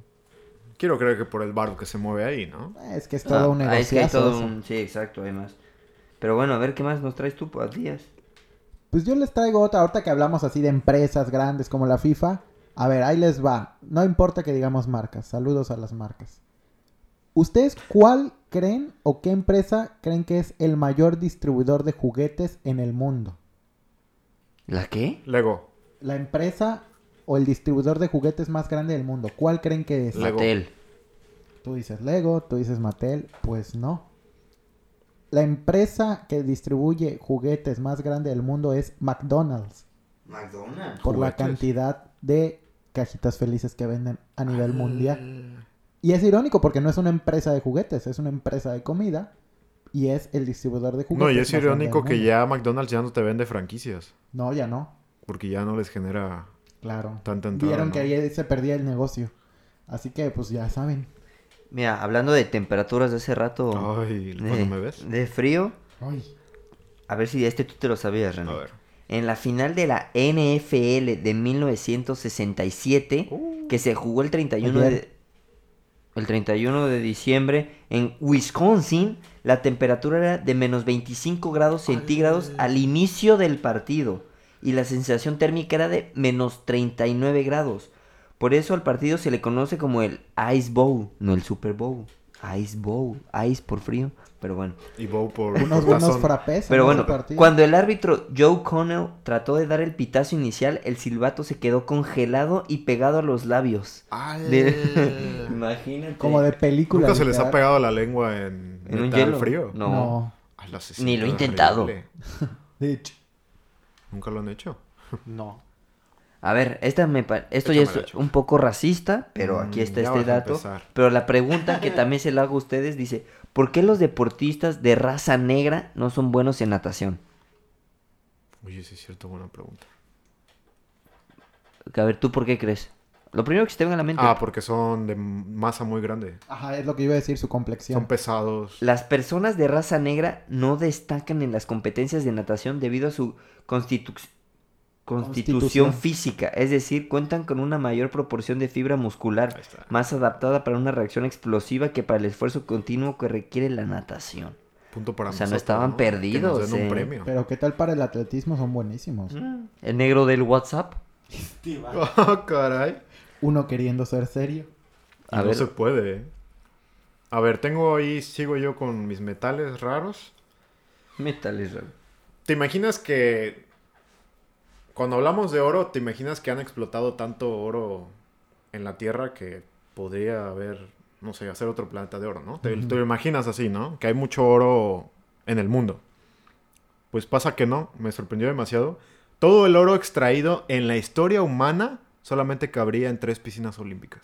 Quiero creer que por el barro que se mueve ahí, ¿no?
Es que es todo un
Ah, ah, es que hay
negociazo.
todo
eso.
un- Sí, exacto, hay más. Pero bueno, a ver qué más nos traes tú, Díaz.
Pues yo les traigo otra, ahorita que hablamos así de empresas grandes como la FIFA. A ver, ahí les va. No importa que digamos marcas. Saludos a las marcas. ¿Ustedes cuál creen o qué empresa creen que es el mayor distribuidor de juguetes en el mundo?
¿La qué?
Lego.
La empresa o el distribuidor de juguetes más grande del mundo. ¿Cuál creen que es?
Lego.
Mattel.
Tú dices Lego, tú dices Mattel, pues no. La empresa que distribuye juguetes más grande del mundo es McDonald's
McDonald's.
por la
Juguetes.
cantidad de cajitas felices que venden a
Ah.
Ah.
nivel mundial. Y es irónico porque no es una empresa de juguetes, es una empresa de comida y es el distribuidor de juguetes.
No, y es
más grande
irónico
del
que
mundo.
ya McDonald's ya no te vende franquicias,
No, ya no.
porque ya no les genera
Claro.
tanta entrada.
Vieron
¿no?
que ahí se perdía el negocio. Así que pues ya saben.
Mira, hablando de temperaturas de hace rato.
Ay,
de,
¿cuándo me ves?
De frío.
Ay,
A ver si este tú te lo sabías, René.
A ver.
En la final de la NFL de 1967,
Uh.
que se jugó el 31
Ayer.
de el 31 de diciembre en Wisconsin, la temperatura era de menos 25 grados centígrados al inicio del partido y la sensación térmica era de menos 39 grados. Por eso al partido se le conoce como el Ice Bowl, no el Super Bowl. Ice Bowl, ice por frío, pero bueno.
Y Bow por
unos
por
buenos
tazón.
frappés.
Pero
antes
bueno,
del partido.
cuando el árbitro Joe Connell trató de dar el pitazo inicial, el silbato se quedó congelado y pegado a los labios.
Al-
De- Eh, Imagínate.
Como de película.
¿Nunca se les
literal.
ha pegado la lengua en,
¿En un
metal
hielo?
frío?
No.
No.
Ay, lo sé,
Ni
sí,
lo he
es
intentado.
horrible.
De hecho,
Nunca lo han hecho.
no.
A ver, esta me pa- esto ya
Échamela,
es
échamela.
un poco racista, pero
Mm,
aquí está
ya
este
vas a
dato.
empezar.
Pero la pregunta que también se la hago a ustedes dice, ¿por qué los deportistas de raza negra no son buenos en natación?
Oye, sí es cierto, buena pregunta.
A ver, ¿tú por qué crees? Lo primero que se te venga a la mente.
Ah, porque son de masa muy grande.
Ajá, es lo que iba a decir, su complexión.
Son pesados.
Las personas de raza negra no destacan en las competencias de natación debido a su constitu- constitución
Constitución.
física, es decir, cuentan con una mayor proporción de fibra
Ahí
muscular,
está.
más adaptada para una reacción explosiva que para el esfuerzo continuo que requiere la natación.
Punto para
O sea, no
nosotros,
estaban perdidos,
Que nos den un
eh.
premio.
Pero qué tal para el atletismo, son buenísimos.
Mm.
El negro del WhatsApp.
Oh, caray.
Uno queriendo ser serio.
A
no
ver.
se puede. eh. A ver, tengo ahí, sigo yo con mis metales raros.
Metal es raro.
¿Te imaginas que cuando hablamos de oro, te imaginas que han explotado tanto oro en la Tierra que podría haber, no sé, hacer otro planeta de oro, ¿no? Te, te lo imaginas así, ¿no? Que hay mucho oro en el mundo. Pues pasa que no, me sorprendió demasiado. Todo el oro extraído en la historia humana solamente cabría en tres piscinas olímpicas.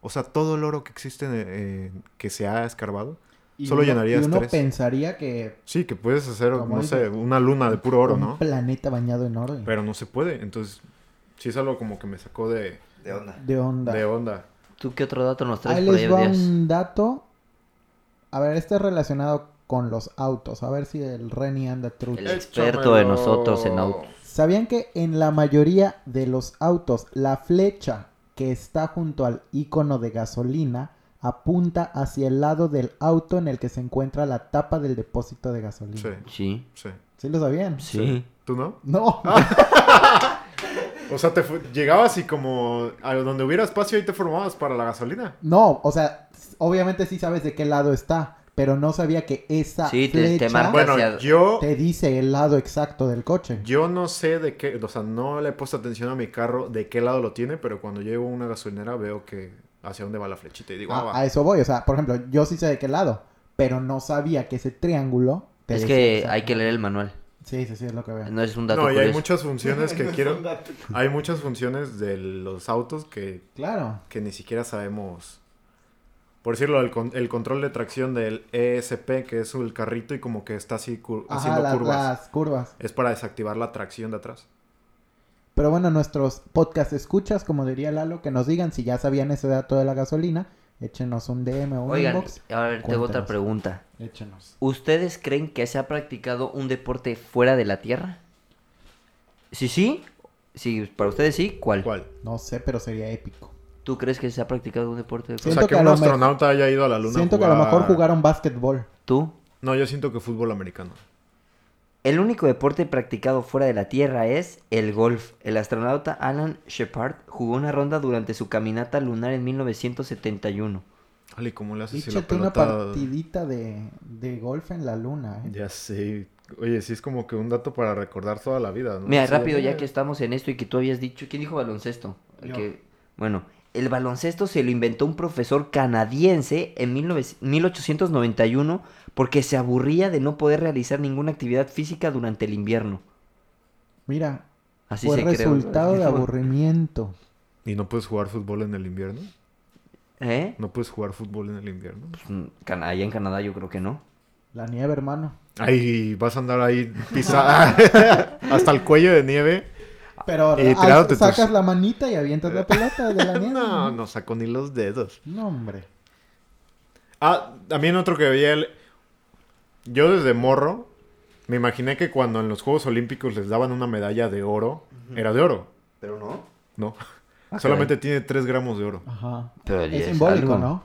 O sea, todo el oro que existe, eh, que se ha escarbado,
uno-
solo llenarías
y uno
tres.
pensaría que
Sí, que puedes hacer,
Como
no
dices,
sé, una luna Ah, de puro oro,
un
¿no?
planeta bañado en oro. y-
Pero no se puede. Entonces, sí es algo como que me sacó de,
De onda.
De onda.
de onda.
¿Tú qué otro dato nos traes
Ahí
por ahí,
les va
Díaz?
un dato. A ver, este es relacionado con los autos. A ver si el Renny anda trucho.
El experto de nosotros en autos.
¿Sabían que en la mayoría de los autos la flecha que está junto al icono de gasolina apunta hacia el lado del auto en el que se encuentra la tapa del depósito de gasolina?
Sí,
Sí.
Sí.
sí.
lo sabían?
Sí.
¿Tú no?
No.
O sea, te fu- llegabas y como a donde hubiera espacio ahí te formabas para la gasolina.
No, o sea, s- obviamente sí sabes de qué lado está, pero no sabía que esa
Ah, Sí, te- te
flecha
marca
te,
Bueno,
Hacia-
yo,
dice el lado exacto del coche.
yo no sé de qué, o sea, no le he puesto atención a mi carro de qué lado lo tiene, pero cuando llego a una gasolinera veo que hacia dónde va la flechita y digo, ah,
a,
va.
a eso voy, o sea, por ejemplo, yo sí sé de qué lado, pero no sabía que ese triángulo te
Es
decía
que
exacto.
hay que leer el manual.
Sí, sí, sí, es lo que veo.
No es un dato
No, y hay
curioso.
muchas funciones que quiero. Hay muchas funciones de los autos que
Claro.
que ni siquiera sabemos. Por decirlo, el, con- el control de tracción del ESP, que es el carrito y como que está así cur-
Ajá,
haciendo
las
curvas.
las curvas.
Es para desactivar la tracción de atrás.
Pero bueno, nuestros podcast escuchas, como diría Lalo, que nos digan si ya sabían ese dato de la gasolina, échenos un DM o un
Oigan,
inbox.
ahora tengo otra
Cuéntanos.
pregunta.
Échenos.
¿Ustedes creen que se ha practicado un deporte fuera de la Tierra? Sí, sí. Sí, para ustedes sí, ¿cuál?
¿Cuál?
No sé, pero sería épico.
¿Tú crees que se ha practicado un deporte?
Sí.
o
fuera?
sea,
Siento
que,
que a
un
lo mejor-
astronauta haya ido a la luna. a
Siento que a lo mejor
jugar-
jugaron básquetbol.
¿Tú?
No, yo siento que fútbol americano.
El único deporte practicado fuera de la Tierra es el golf. El astronauta Alan Shepard jugó una ronda durante su caminata lunar en 1971.
Ale, ¿cómo le haces si la
Échate una
pelota...
partidita de, de golf en la luna, ¿eh?
Ya sé. Oye, sí es como que un dato para recordar toda la vida, ¿no?
Mira,
Sí,
rápido,
eh.
ya que estamos en esto y que tú habías dicho, ¿quién dijo baloncesto? El
Yo.
que- bueno, el baloncesto se lo inventó un profesor canadiense en 19- 1891 porque se aburría de no poder realizar ninguna actividad física durante el invierno.
Mira,
Así
fue
se creó.
resultado de aburrimiento.
¿Y no puedes jugar fútbol en el invierno?
¿Eh?
¿No puedes jugar fútbol en el invierno?
Pues, mm, Cana- allá en Canadá yo creo que no.
La nieve, hermano.
Ay, vas a andar ahí pisada hasta el cuello de nieve.
Pero
Y
ah,
tirándote eh, tus-
sacas la manita y avientas la pelota de la nieve.
No, no sacó ni los dedos.
No, hombre.
Ah, también otro que veía el... Yo desde morro me imaginé que cuando en los Juegos Olímpicos les daban una medalla de oro, era de oro.
Pero no. Ah,
No. Solamente tiene 3 gramos de oro.
Ajá.
Pero ya
es
es
simbólico,
algo.
¿no?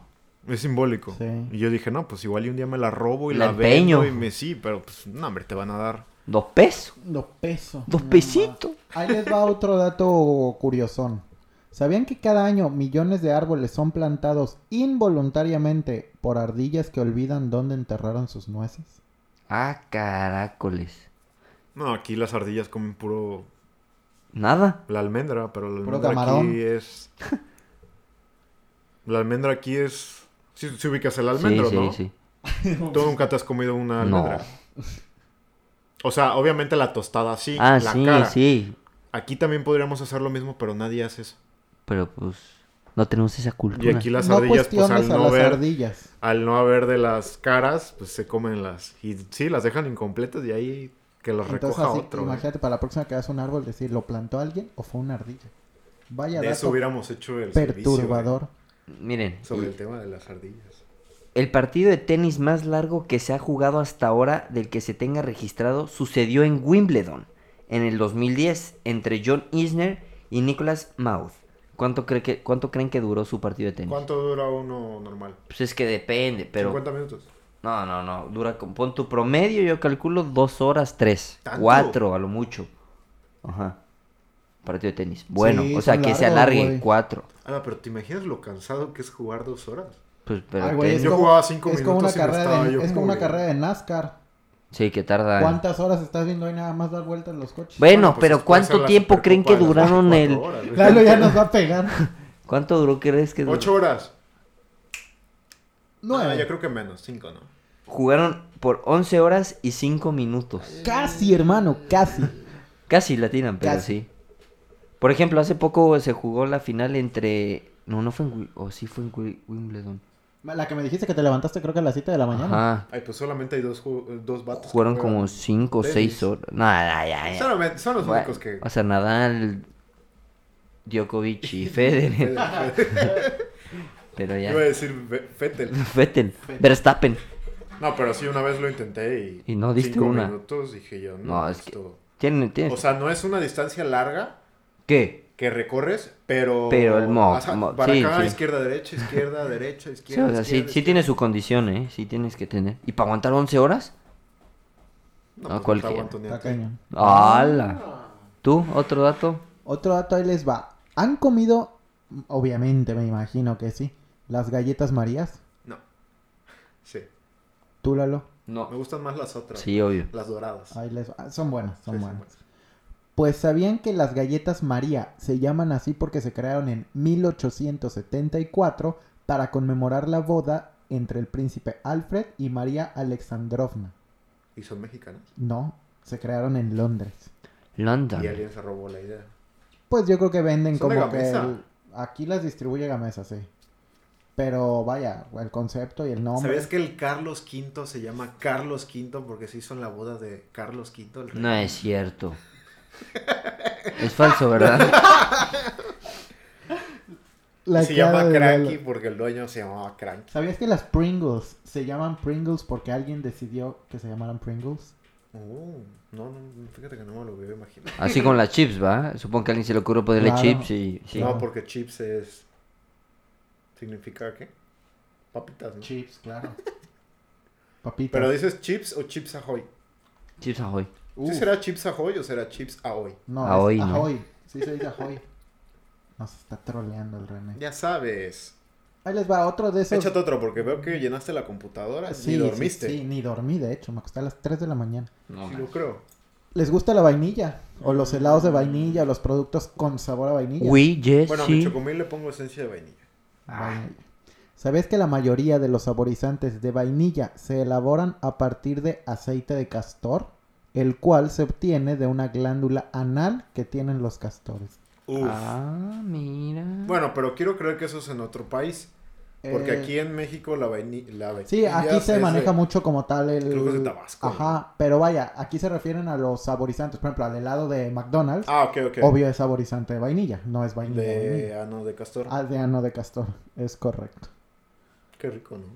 Es simbólico.
Sí.
Y yo dije, no, pues igual y un día me la robo y
La
la, vendo
empeño.
y me sí, pero pues no, hombre, te van a dar.
Dos pesos.
Dos pesos.
Dos
No,
pesitos.
ma. Ahí les va otro dato curiosón. ¿Sabían que cada año millones de árboles son plantados involuntariamente por ardillas que olvidan dónde enterraron sus nueces?
Ah, caracoles.
No, aquí las ardillas comen puro
Nada.
la almendra, pero la
Puro
almendra
camarón.
aquí es La almendra aquí es si ubicas el almendro,
sí,
¿no?
sí,
Tú nunca te has comido una
No.
almendra. O sea, obviamente la tostada sí,
sí. Ah,
la
sí,
cara.
sí.
Aquí también podríamos hacer lo mismo, pero nadie hace eso.
Pero pues no tenemos esa
Y
cultura.
aquí las
no
ardillas, pues
cuestiones
al
a
no
las
ver,
ardillas.
al no haber de las caras, pues se comen las. Y sí, las dejan incompletas y ahí que las
Entonces,
recoja
así,
otro. ¿eh? güey.
imagínate, para la próxima que hagas un árbol, decir, ¿lo plantó alguien o fue una ardilla? Vaya
¿eh? De eso
dato
hubiéramos hecho el servicio, ¿eh?
perturbador.
Miren,
güey, sobre el tema de las ardillas.
el partido de tenis más largo que se ha jugado hasta ahora del que se tenga registrado sucedió en Wimbledon en el 2010 entre John Isner y Nicholas Mouth. ¿Cuánto, cree que, ¿Cuánto creen que duró su partido de tenis?
¿Cuánto dura uno normal?
Pues es que depende, pero...
50 minutos.
No, no, no. Dura con... Pon tu promedio, yo calculo dos horas, tres.
¿Tanto?
Cuatro, a lo mucho. Ajá. Partido de tenis. Bueno,
Sí,
o sea,
son
que se
largos,
alargue.
güey.
Cuatro.
Ah, pero ¿te imaginas lo cansado que es jugar dos horas?
Pues, pero...
Ay, güey,
tenis-
Yo jugaba cinco
es como una
minutos y me
carrera
estaba
de,
yo
es como una
muriendo.
carrera de NASCAR.
Sí, que tarda...
¿Cuántas horas estás viendo ahí nada más dar vueltas los coches?
Bueno,
pues,
pero
después hacer
¿cuánto
la
tiempo creen que
Supercopa de las
duraron el...?
24 horas, güey.
Lalo ya nos va a pegar.
¿Cuánto duró crees que duró?
Ocho horas.
Nueve.
eh.
Ah, yo creo que menos, cinco, ¿no?
Jugaron por 11 horas y 5 minutos.
Casi, hermano, casi.
Casi latinan, pero
Casi.
sí. Por ejemplo, hace poco se jugó la final entre... No, no fue en... Wi- O sí fue en Wi- Wimbledon.
La que me dijiste que te levantaste creo que a las 7 de la mañana.
Ajá.
Ay, pues solamente hay dos, ju- dos vatos. que
Jugaron
juegan
como 5 o
tenis.
6 horas. Nada, ya, ya.
Solamente- son los
Bueno,
únicos que.
O sea, Nadal, Djokovic y Federer. pero ya.
Iba a decir Ve- Vettel.
Vettel, Verstappen.
No, pero sí, una vez lo intenté y.
Y no diste
cinco
una.
minutos dije yo, no.
No, es que-
esto-
¿Tiene, tiene...
O sea, no es una distancia larga
¿Qué?
que recorres, pero.
Pero el mo-
o sea,
mo-
Para
sí,
acá,
sí.
izquierda, derecha, izquierda, derecha,
Sí,
izquierda.
o sea, sí,
izquierda,
sí tiene su condición, ¿eh? Sí tienes que tener. ¿Y para aguantar 11 horas?
No,
no,
pues,
cualquiera.
te aguanto ni a
Está
ti.
cañón.
Ah.
¡Hala! ¿Tú? ¿Otro dato?
Otro dato ahí les va. ¿Han comido, obviamente me imagino que sí, las galletas Marías?
No. Sí.
Tú, Lalo.
Me
No.
gustan más las otras.
Sí, obvio.
Las doradas.
Ahí les va. Ah, Son buenas,
Sí,
son
sí,
buenas. Pues sabían que las galletas María se llaman así porque se crearon en 1874 para conmemorar la boda entre el príncipe Alfred y María Alexandrovna.
Y son mexicanas.
No, se crearon en Londres.
Y
London.
alguien se robó la idea.
Pues yo creo que venden
Son de
como que
Gamesa.
el- aquí las distribuye Gamesa, sí. Pero vaya, el concepto y el nombre.
¿Sabías que el Carlos V se llama Carlos V porque se hizo en la boda de Carlos V? El rey?
No es cierto. Es falso, ¿verdad?
La
se
cara
llama
de
Cranky
Lalo.
porque el dueño se llamaba Cranky.
¿Sabías que las Pringles se llaman Pringles porque alguien decidió que se llamaran Pringles?
Oh, no, no, fíjate que no me lo hubiera imaginado.
Así con las chips, ¿va? Supongo que a alguien se le ocurre ponerle
Claro.
chips y... sí.
No, pues. porque chips es. ¿Significa qué? Papitas, ¿no?
Chips, claro. Papitas.
Pero dices chips o chips ahoy.
Chips ahoy.
Uf,
¿Sí será chips ahoy o será chips ahoy?
Uh, No,
Ahoy,
es
¿no?
ahoy. Sí se dice ahoy. Nos está troleando el René.
Ya sabes.
Ahí les va otro de esos.
Échate otro porque veo que llenaste la computadora
Sí,
y
sí,
dormiste.
Sí,
Sí,
ni dormí, de hecho. Me acosté a las 3 de la mañana.
No, man.
lo creo.
¿Les gusta la vainilla? O los helados de vainilla, o los productos con sabor a vainilla.
Oui, yes,
Bueno, a mi
sí.
chocomil le pongo esencia de vainilla.
Ah,
Vainilla. ¿Sabes que la mayoría de los saborizantes de vainilla se elaboran a partir de aceite de castor? El cual se obtiene de una glándula anal que tienen los castores.
Uf.
Ah, mira.
Bueno, pero quiero creer que eso es en otro país. Porque
Eh,
aquí en México la vaini- la vainilla.
Sí, aquí se
es
maneja
de-
mucho como tal el...
Creo que es de Tabasco,
Ajá, pero vaya, aquí se refieren a los saborizantes. Por ejemplo, al helado de McDonald's,
Ah, ok, ok.
obvio es saborizante de vainilla, no es vainilla. De...
De ah, no, de Castor.
Ah, de ano de castor, es correcto.
Qué rico, ¿no?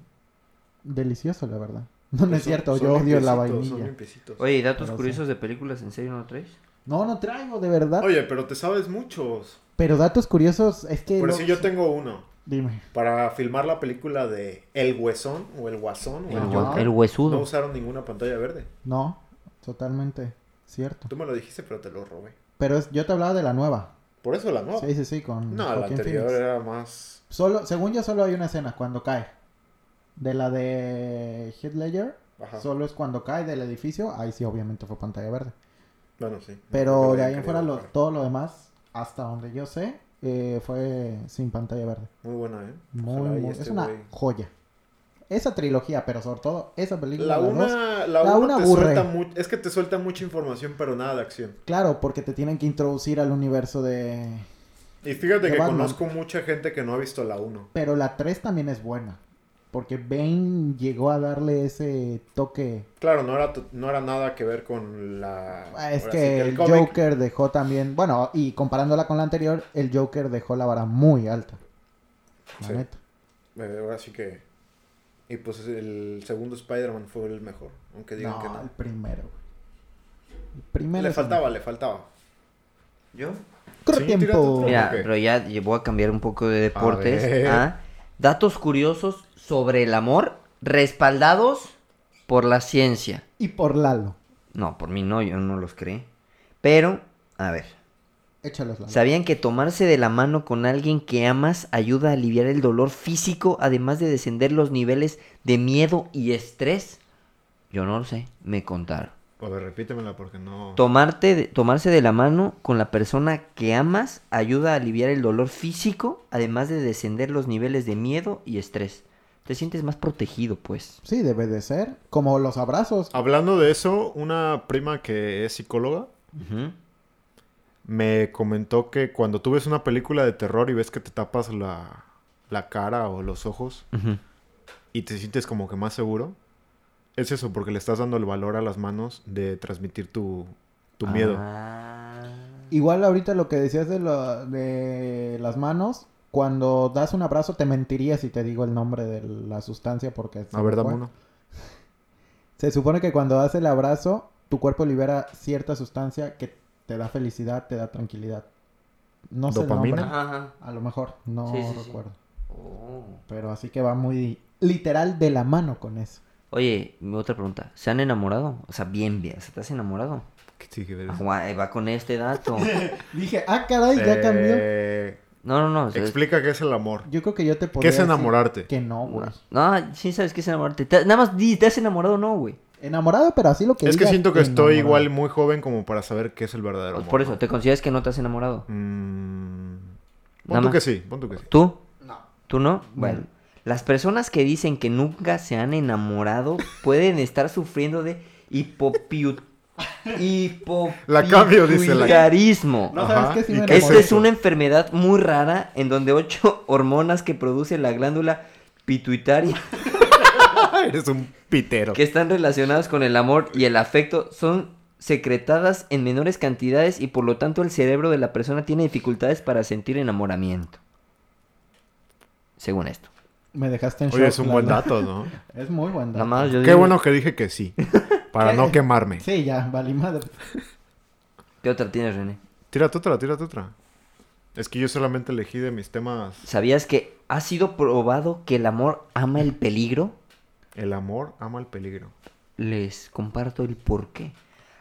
Delicioso, la verdad. No, no
Pues
es
son-
cierto,
son
yo odio la
limpiecitos, son
vainilla.
limpiecitos. Oye.
Oye, ¿y datos
Pero sí.
curiosos de películas en serio no traes?
No, no traigo, de verdad.
pero te sabes muchos.
Pero datos curiosos, es que...
Por
lo-
eso yo tengo uno.
Dime.
Para filmar la película de El Huesón o El Guasón o
El,
El
Ajá.
hue-
Joker,
el
no
huesudo.
usaron ninguna pantalla verde.
No, totalmente cierto.
Tú me lo dijiste, pero te lo robé.
Pero es- yo te hablaba de la nueva.
Por eso la nueva.
Sí, sí, sí, con
No, la
Joaquin
anterior
Phoenix.
era más.
Solo, según yo, solo hay una escena cuando cae. De la de Heath Ledger,
Ajá.
solo es cuando cae del edificio. Ahí sí, obviamente fue pantalla verde.
Bueno, sí.
Pero
Creo que
de ahí en
habían
fuera,
querido
lo-
bajar.
todo lo demás, hasta donde yo sé, eh, fue sin pantalla verde.
Muy buena, ¿eh?
Muy,
Ojalá y
muy- es
este
una
güey-
joya. Esa trilogía, pero sobre todo esa película.
La
la dos,
una, la
la
una
una
te
aburre.
suelta mu- es que te suelta mucha información, pero nada de acción.
Claro, porque te tienen que introducir al universo de.
Y fíjate
De
que
Batman.
conozco mucha gente que no ha visto la 1.
Pero la 3 también es buena. Porque Bane llegó a darle ese toque.
Claro, no era, t- no era nada que ver con la...
Ah, Es
ahora sí
que
el
el
cómic.
Joker dejó también, bueno, y comparándola con la anterior, el Joker dejó la vara muy alta. La
Sí.
neta.
Eh, ahora sí que... Y pues el segundo Spider-Man fue el mejor, aunque digan
No,
que
el
no.
primero. güey. El primero.
Le
es el-
faltaba, le faltaba.
¿Yo?
Corre
Sí, tírate
tiempo.
otro.
Mira,
Ok.
pero ya llevó a cambiar un poco de
A
deportes.
ver.
a Datos curiosos sobre el amor respaldados por la ciencia.
Y por Lalo.
No, por mí no, yo no los creí. Pero, a ver.
Échalos, Lalo.
¿Sabían que tomarse de la mano con alguien que amas ayuda a aliviar el dolor físico, además de descender los niveles de miedo y estrés? Yo no lo sé, me contaron.
A ver, repítemela porque no...
Tomarte de- tomarse de la mano con la persona que amas ayuda a aliviar el dolor físico, además de descender los niveles de miedo y estrés. Te sientes más protegido, pues.
Sí, debe de ser. Como los abrazos.
Hablando de eso, una prima que es psicóloga
Ujú.
me comentó que cuando tú ves una película de terror y ves que te tapas la, la cara o los ojos
Ujú.
y te sientes como que más seguro, es eso, porque le estás dando el valor a las manos de transmitir tu, tu miedo.
Ah.
Igual ahorita lo que decías de, lo- de las manos. Cuando das un abrazo te mentiría si te digo el nombre de la sustancia porque... se
A ver,
me
dame
fue.
uno.
Se supone que cuando das el abrazo, tu cuerpo libera cierta sustancia que te da felicidad, te da tranquilidad. No sé el
¿Dopamina?
nombre,
Ajá.
A lo mejor, no
Sí, sí, sí.
recuerdo.
Oh.
Pero así que va muy literal de la mano con eso.
Oye, mi otra pregunta. ¿Se han enamorado? O sea, bien, bien. ¿Se te has enamorado?
¿Qué dije?
Ah, guay, va con este dato.
Dije, ah, caray, ya cambió.
Eh,
No, no, no. o sea,
Explica qué es el amor.
Yo creo que yo te podría
¿Qué es
decir
enamorarte?
Que no, güey.
no, no, sí sabes que es enamorarte. Te- nada más di, ¿te has enamorado o no, güey?
Enamorado, pero así lo que
es que
digas,
siento que
enamorado.
estoy igual muy joven como para saber qué es el verdadero amor.
Pues Por eso,
¿no?
¿te consideras que no te has enamorado?
Mm,
Nada
Pon tú
más.
que sí, pon tú que sí.
¿Tú?
No.
¿Tú no? Bueno. Las personas que dicen que nunca se han enamorado pueden estar sufriendo de hipopiu... hipo-
La cambio, dice la-
pituitarismo.
No,
Ajá,
¿sabes qué? Sí
¿y
me
qué
enamoré.
Esta es
eso?
una enfermedad muy rara en donde ocho hormonas que produce la glándula pituitaria
Ah, Eres un pitero.
que están relacionadas con el amor y el afecto son secretadas en menores cantidades y por lo tanto el cerebro de la persona tiene dificultades para sentir enamoramiento. Según esto.
Me dejaste en shock.
Oye, es un buen
Lalo.
dato, ¿no?
Es muy buen
Nada
dato.
más yo
Qué
digo-
bueno que dije que sí. Para
¿Qué?
no quemarme.
Sí, ya, valí madre.
¿Qué otra tienes, René?
Tírate otra, tírate otra. Es que yo solamente elegí de mis temas.
¿Sabías que ha sido probado que el amor ama el peligro?
El amor ama el peligro.
Les comparto el porqué.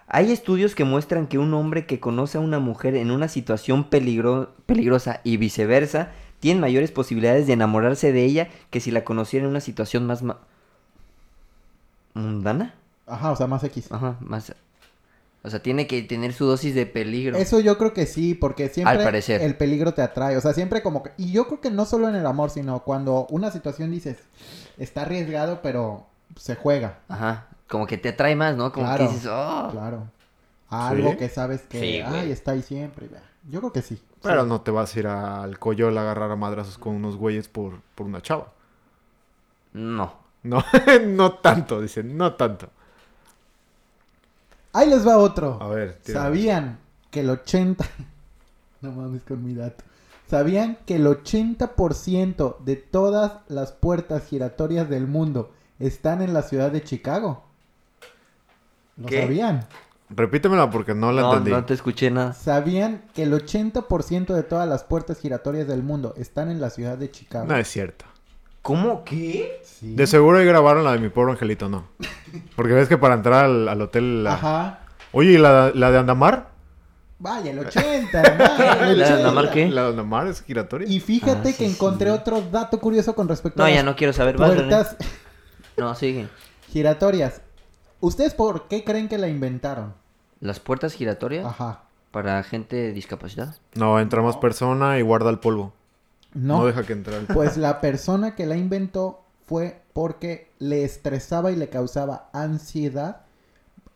Hay estudios que muestran que un hombre que conoce a una mujer en una situación peligro- peligrosa y viceversa tiene mayores posibilidades de enamorarse de ella que si la conociera en una situación más ma- mundana.
Ajá, o sea, más X.
Ajá, más. O sea, tiene que tener su dosis de peligro.
Eso yo creo que sí, porque siempre
Al parecer.
el peligro te atrae. O sea, siempre como que... Y yo creo que no solo en el amor, sino cuando una situación dices, está arriesgado, pero se juega.
Ajá, como que te atrae más, ¿no? Como
Claro.
que dices, "Oh".
Claro. A Algo
¿Sí?
que sabes que,
Sí, güey.
ay, está ahí siempre. vea. Yo creo que sí.
Pero no te vas a ir al coyol a agarrar a madrazos con unos güeyes por, por una chava.
No.
No, no tanto, dicen, no tanto.
Ahí les va otro.
A ver, tira.
¿Sabían que el 80... No mames con mi dato. ¿Sabían que el 80% de todas las puertas giratorias del mundo están en la ciudad de Chicago? ¿Lo
¿Qué?
sabían?
Repítemela porque no la
No,
entendí.
no te escuché nada.
¿Sabían que el 80% de todas las puertas giratorias del mundo están en la ciudad de Chicago?
No es cierto.
¿Cómo qué?
Sí.
De seguro ahí grabaron la de mi pobre angelito, no. Porque ves que para entrar al, al hotel. la-
Ajá.
Oye, ¿y la, la de Andamar?
Vaya, el 80, hermano, el
La- la
80.
marqué. ¿Qué?
¿La de Andamar es giratoria?
Y fíjate
Ah, sí,
que encontré
sí.
otro dato curioso con respecto
No,
a
ya
las
no quiero ¿eh? saber más. René.
puertas
No, sigue.
giratorias. ¿Ustedes por qué creen que la inventaron?
¿Las puertas giratorias
Ajá.
para gente discapacitada?
No, entra más persona y guarda el polvo. No,
No.
deja que entre el
Pues la persona que la inventó fue porque le estresaba y le causaba ansiedad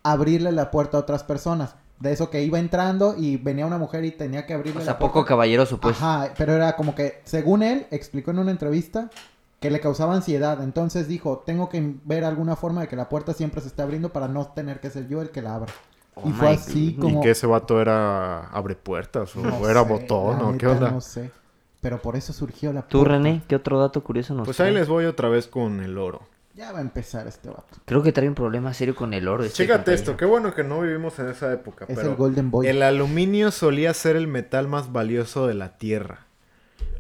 abrirle la puerta a otras personas. De eso que iba entrando y venía una mujer y tenía que
O
abrirle la
sea,
puerta.
poco caballeroso, pues.
Ajá, pero era como que, según él, explicó en una entrevista que le causaba ansiedad. Entonces dijo, tengo que ver alguna forma de que la puerta siempre se esté abriendo para no tener que ser yo el que la abra.
Oh
y fue
my
así
goodness.
como...
Y que ese vato era abre puertas o
No
era
sé,
botón
la
o qué
neta,
onda.
No sé. Pero por eso surgió la
¿Tú,
puerta.
René? ¿Qué otro dato curioso nos
Pues
trae?
ahí les voy otra vez con el oro.
Ya va a empezar este vato.
Creo que trae un problema serio con el oro. este
Chécate
compañero.
esto, qué bueno que no vivimos en esa época,
Es
pero
el Golden Boy.
el aluminio solía ser el metal más valioso de la tierra.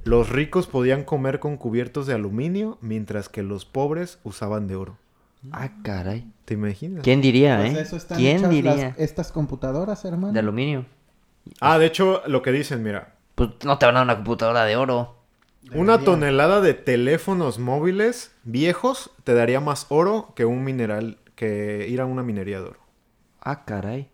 Los ricos podían comer con cubiertos de aluminio, mientras que los pobres usaban de oro.
Ah, caray.
¿Te imaginas?
¿Quién diría,
Pues
eh?
eso están
¿Quién
hechas
diría?
las- estas computadoras, hermano.
De aluminio.
Ah, de hecho, lo que dicen, mira,
Pues no te van a dar una computadora de oro.
una tonelada de teléfonos móviles viejos te daría más oro que un mineral, que ir a una minería de oro.
Ah, caray.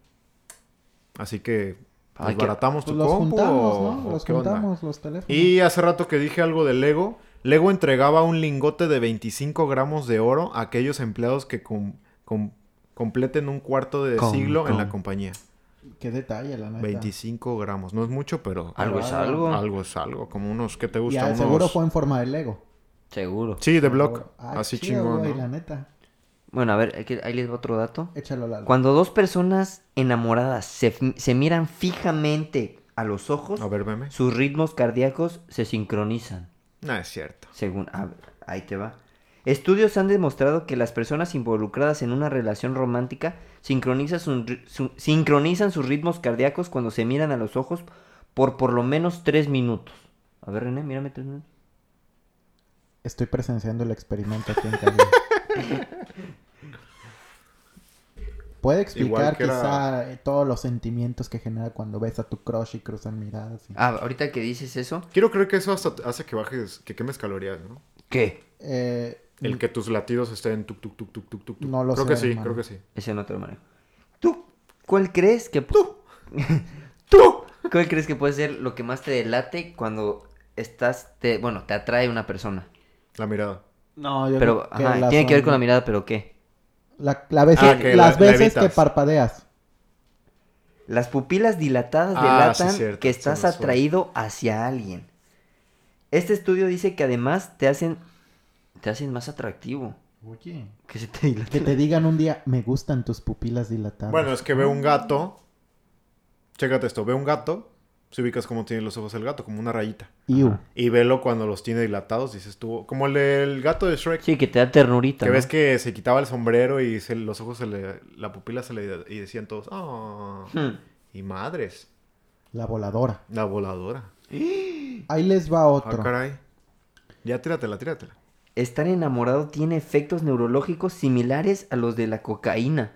Así que
Hay que-
desbaratamos
Pues
tu
los
compu
juntamos,
o-
¿no?
o
Los
qué onda?
juntamos, los teléfonos.
Y hace rato que dije algo de Lego. Lego entregaba un lingote de 25 gramos de oro a aquellos empleados que com- com- completen un cuarto de
Com-
siglo en la
com.
compañía.
Qué detalle, la neta.
25 gramos. No es mucho, pero
Algo es algo.
algo es algo. Como unos que te
Ah, Y
gustan.
al
unos...
seguro fue en forma de Lego.
Seguro.
Sí, de block.
Ah,
Así
chido,
chingón.
güey,
¿no?
la neta.
Bueno, a ver, aquí- ahí les va otro dato.
Échalo la
Cuando dos personas enamoradas se, fi- se miran fijamente a los ojos,
A ver, meme.
sus ritmos cardíacos se sincronizan.
No, es cierto.
Según. a ver, ahí te va. Estudios han demostrado que las personas involucradas en una relación romántica sincronizan, su- su- sincronizan sus ritmos cardíacos cuando se miran a los ojos por por lo menos tres minutos. A ver, René, mírame tres minutos.
Estoy presenciando el experimento aquí en casa. Puede explicar
Igual que era-
quizá eh, todos los sentimientos que genera cuando ves a tu crush y cruzan miradas. y-
Ah, ahorita que dices eso,
Quiero creer que eso hasta hace que bajes, que quemes calorías, ¿no?
¿qué?
Eh,
El que tus latidos estén tuk tuk tuk tuk tuk tuk. tuk.
No lo
creo
sé,
que sí,
hermano.
creo que sí.
Ese no te lo manejo. ¿Tú cuál crees que... Tú. Tú. ¿Cuál crees que puede ser lo que más te delate cuando estás... Te, bueno, te atrae una persona?
La mirada.
No, yo
Pero,
creo
ajá,
la
tiene que ver
son-
con la mirada, pero ¿qué?
La, la veces-
Ah, que la-
las
la
veces
evitas.
que parpadeas.
Las pupilas dilatadas
Ah,
delatan
sí, cierto,
que
sí
estás
me suena.
atraído hacia alguien. Este estudio dice que además te hacen... Te hacen más atractivo. Que se te
Que
dilate.
te digan un día, me gustan tus pupilas dilatadas.
Bueno, es que ve un gato. Chécate esto, ve un gato. Si ubicas cómo tiene los ojos el gato, como una rayita.
Iu.
Y velo cuando los tiene dilatados, dices tú. Como el del gato de Shrek.
Sí, que te da ternurita.
que
¿no?
ves que se quitaba el sombrero y se- los ojos se le. la pupila se le y decían todos. "Ah".
Mm.
Hmm.
Y madres.
La voladora.
La voladora.
Ahí les va
Ah,
otro.
caray. Ya tíratela, tíratela.
Estar enamorado tiene efectos neurológicos similares a los de la cocaína.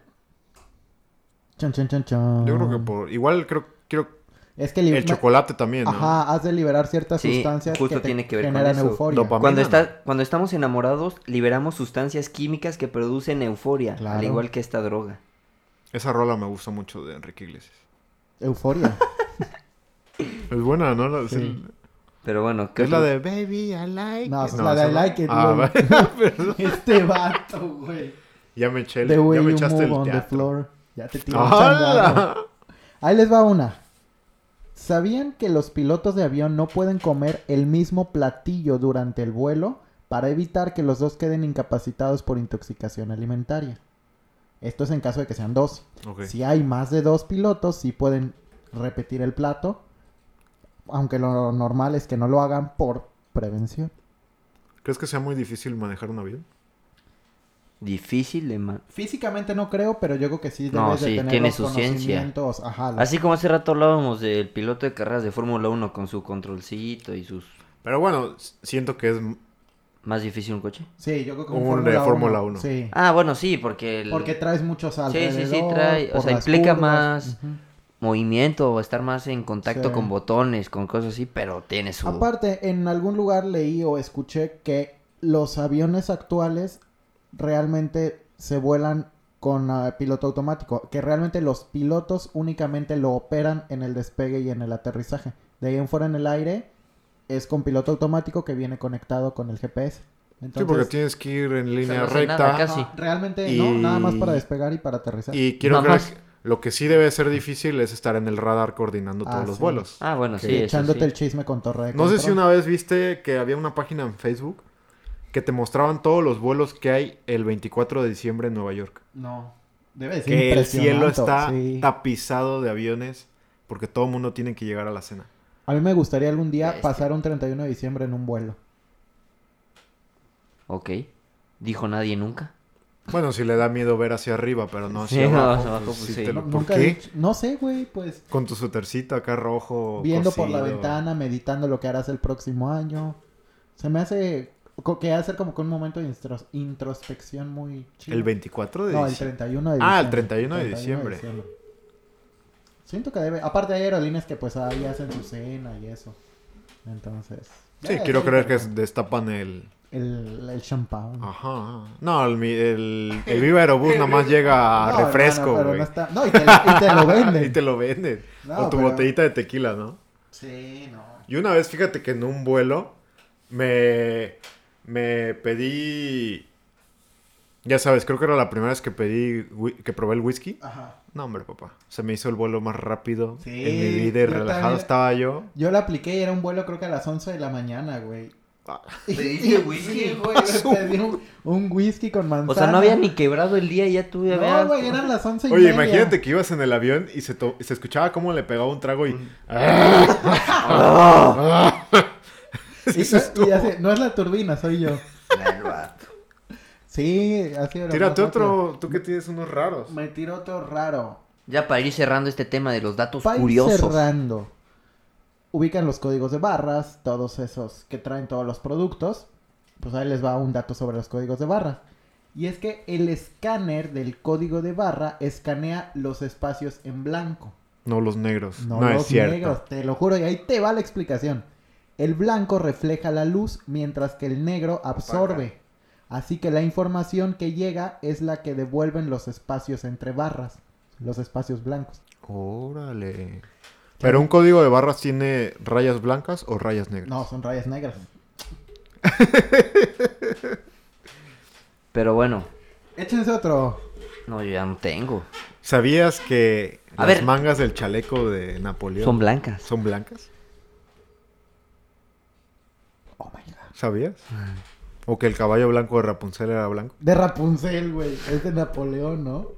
Chan, chan, chan, chan.
Yo creo que por. Igual creo. creo
Es que li-
el chocolate también, ¿no?
Ajá, has de liberar ciertas
Sí,
sustancias
justo
que te
tiene que ver con
generan
eso.
euforia.
Dopamina.
Cuando,
no.
está, cuando estamos enamorados, liberamos sustancias químicas que producen euforia, al
Claro.
igual que esta droga.
Esa rola me gusta mucho de Enrique Iglesias.
Euforia.
Es buena, ¿no? La-
Sí.
Pero bueno, ¿qué
Es la
otro-
de Baby, I like.
No,
it.
esa es la de
esa
I like it,
Ah,
güey.
va- perdón.
este vato, güey.
Ya me eché el,
The way
ya me
you move
echaste el
on the
teatro.
floor. Ya te tiro un changarro.
¡Hala!
Ahí les va una. ¿Sabían que los pilotos de avión no pueden comer el mismo platillo durante el vuelo para evitar que los dos queden incapacitados por intoxicación alimentaria. Esto es en caso de que sean dos.
Ok.
Si hay más de dos pilotos, sí pueden repetir el plato, aunque lo normal es que no lo hagan por prevención.
¿Crees que sea muy difícil manejar un avión?
Difícil de man...
Físicamente no creo, pero yo creo que sí debes
No,
de
sí,
tener
tiene
los
su ciencia. Ah,
conocimientos. Ajá, los-
Así como hace rato hablábamos del piloto de carreras de Fórmula 1 con su controlcito y sus...
Pero bueno, s- siento que es... m-
¿Más difícil un coche?
Sí, yo creo que un
Un de
Fórmula
Fórmula
1,
Uno.
Sí.
Ah, bueno, sí, porque... el-
Porque traes muchos
sí,
alrededor.
sí, trae- o
por
sea,
las
implica
curvas.
más-
Ujú.
movimiento o estar más en contacto
Sí.
con botones, con cosas así, pero tiene su...
Aparte, en algún lugar leí o escuché que los aviones actuales realmente se vuelan con ah, piloto automático, que realmente los pilotos únicamente lo operan en el despegue y en el aterrizaje. De ahí en fuera en el aire es con piloto automático que viene conectado con el GPS.
sí, porque
Entonces,
tienes que ir en
sea,
línea
no hace
recta.
nada, casi.
ajá, Ah, realmente
Y-
no, nada más para despegar y para aterrizar.
Y quiero
Nada
creer
más.
que lo que sí debe ser difícil es estar en el radar coordinando
Ah,
todos los
sí.
vuelos.
Ah, bueno,
Sí,
sí, eso
echándote
sí.
el chisme con torre de
no sé si
control.
una vez viste que había una página en Facebook que te mostraban todos los vuelos que hay el 24 de diciembre en Nueva York.
No, debe de ser
Que el
impresionante,
cielo está
sí.
tapizado de aviones porque todo el mundo tiene que llegar a la cena.
A mí me gustaría algún día
Bestia.
pasar un 31 de diciembre en un vuelo.
Ok. Dijo nadie nunca.
Bueno, si le da miedo ver hacia arriba, pero no hacia
Sí, no,
abajo.
hacia abajo,
pues,
pues,
sí
sí.
te lo-
No,
¿Por
Nunca he
qué?
dicho- No sé, güey, pues
Con tu sutercito acá rojo.
viendo por la
cosido.
ventana, meditando lo que harás el próximo año. Se me hace co- que hacer como que un momento de instros- introspección muy chido.
El 24 de
No, el
diciembre.
31 de diciembre.
Ah, el 31 de diciembre.
Siento que debe, aparte hay aerolíneas que pues ahí hacen su cena y eso. Entonces.
Sí,
debe
quiero
ser
creer que Ah,
interesante.
destapan el...
el el champán.
Ajá. No, el, mi- el, el Viva Aerobús nada más llega a
No,
refresco,
hermano, pero
güey.
no está- no, y te, y te lo venden.
y te lo venden.
No,
o tu
pero-
botellita de tequila, ¿no?
Sí, no.
Y una vez, fíjate que en un vuelo me, me pedí... Ya sabes, creo que era la primera vez que pedí, whi- que probé el whisky.
Ajá.
No, hombre, papá. Se me hizo el vuelo más rápido
Sí,
en mi vida y
yo
relajado
también-
estaba yo.
Yo la apliqué y era un vuelo creo que a las 11 de la mañana, güey.
Ah.
¿Pediste whisky,
Sí, güey? me Pedí un, un whisky con manzana.
O sea, no había ni quebrado el día y ya tuve...
No, güey, eran las 11 y
Oye,
media.
imagínate que ibas en el avión y se, to- y se escuchaba cómo le pegaba un trago
Mm.
y...
Y- Y, ya sé, no es la turbina, soy yo. Sí, así era.
Tírate
más rápido.
otro, tú que tienes unos raros.
Me tiró otro raro.
Ya para ir cerrando este tema de los datos
Para ir
curiosos.
cerrando. Ubican los códigos de barras, todos esos que traen todos los productos. Pues ahí les va un dato sobre los códigos de barras. Y es que el escáner del código de barra escanea los espacios en blanco.
No los negros. No,
No,
es
los
cierto.
negros, te lo juro, y ahí te va la explicación. El blanco refleja la luz mientras que el negro absorbe. Así que la información que llega es la que devuelven los espacios entre barras, los espacios blancos.
Órale. Pero un código de barras tiene rayas blancas o rayas negras.
No, son rayas negras.
Pero bueno,
Échense otro.
no, yo ya no tengo.
¿Sabías que
A
las
ver.
mangas del chaleco de Napoleón
Son blancas.
son blancas?
Oh my god.
¿Sabías?
Ah.
O que el caballo blanco de Rapunzel era blanco.
De Rapunzel, güey. Es de Napoleón, ¿no?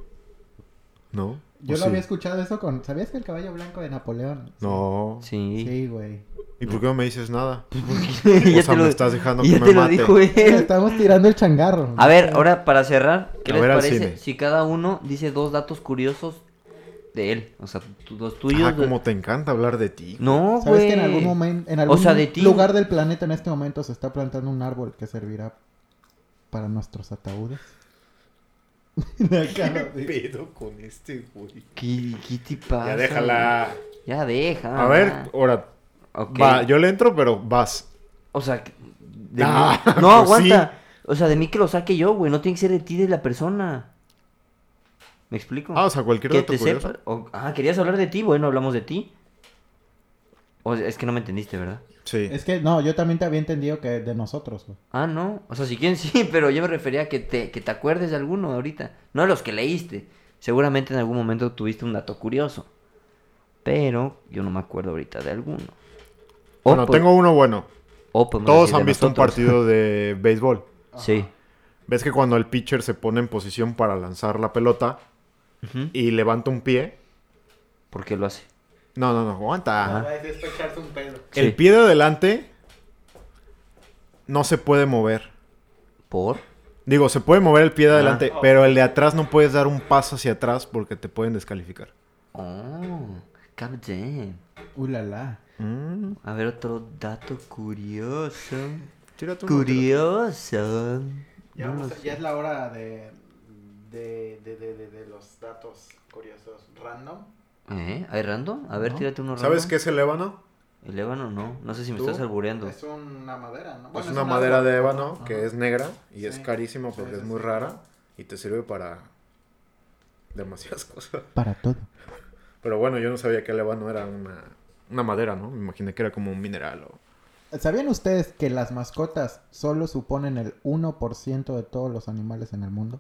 No.
Yo lo
¿O Pues sí?
había escuchado eso con. ¿Sabías que el caballo blanco de Napoleón?
No.
Sí.
Sí, güey.
¿Y por qué no me dices nada?
ya
o sea,
te lo,
me estás dejando
ya
que
te
me
lo
mate.
dijo él.
Estamos tirando el changarro.
A ver, ahora para cerrar, ¿qué
A
les
ver, al
parece
cine.
si cada uno dice dos datos curiosos de él? O sea, tu- los tuyos.
Ah, como te encanta hablar de ti.
No,
¿Sabes
güey.
que en algún momento, en algún
sea, de ti.
lugar del planeta en este momento se está plantando un árbol que servirá para nuestros ataúdes? La cara de-
pedo con este güey?
¿Qué, qué te pasa?
Ya déjala.
güey? Ya deja.
A ver, ahora.
Ok.
Va, yo le entro, pero vas.
O sea, que- de
Ah,
mí- no
pues sí.
aguanta. O sea, de mí que lo saque yo, güey. No tiene que ser de ti, de la persona. ¿Me explico?
Ah, o sea, cualquier
que
dato
te
curioso.
sepa. o- ah, querías hablar de ti. Bueno, hablamos de ti. O sea, es que no me entendiste, ¿verdad?
Sí.
Es que no, yo también te había entendido que de nosotros, güey.
Ah, no. O sea, si quieren sí, pero yo me refería a que te, que te acuerdes de alguno ahorita. No de los que leíste. Seguramente en algún momento tuviste un dato curioso. Pero yo no me acuerdo ahorita de alguno. O
Bueno,
pod-
tengo uno bueno.
O podemos
Todos
decir de
han visto un
nosotros.
partido de béisbol.
Sí.
¿Ves que cuando el pitcher se pone en posición para lanzar la pelota
Ujú.
y levanta un pie?
¿Por qué lo hace?
No, no, no, aguanta.
Ah.
a despecharse un pedo.
Sí.
El pie de adelante no se puede mover.
¿Por?
Digo, se puede mover el pie de
Ah.
adelante, pero el de atrás no puedes dar un paso hacia atrás porque te pueden descalificar.
Oh, Captain.
Uh, la, la.
Mm,
A ver, otro dato curioso.
tírate uno, tírate.
Curioso.
Ya,
No
vamos
lo
a-
sé.
ya es la hora de, de, de, de, de- de los datos curiosos random.
¿Eh? ¿Hay random? A ver,
No.
tírate uno
¿Sabes
random.
qué es el ébano?
El ébano no. No sé si me
¿Tú?
estás albureando.
Es una madera, ¿no? Bueno,
es Pues una madera
árbol.
de ébano
Ajá.
que es negra y
Sí.
es carísima porque
Sí, sí,
es muy
sí.
rara y te sirve para demasiadas cosas.
Para todo.
Pero bueno, yo no sabía que el ébano era una, una madera, ¿no? Me imaginé que era como un mineral o...
¿Sabían ustedes que las mascotas solo suponen el 1% de todos los animales en el mundo?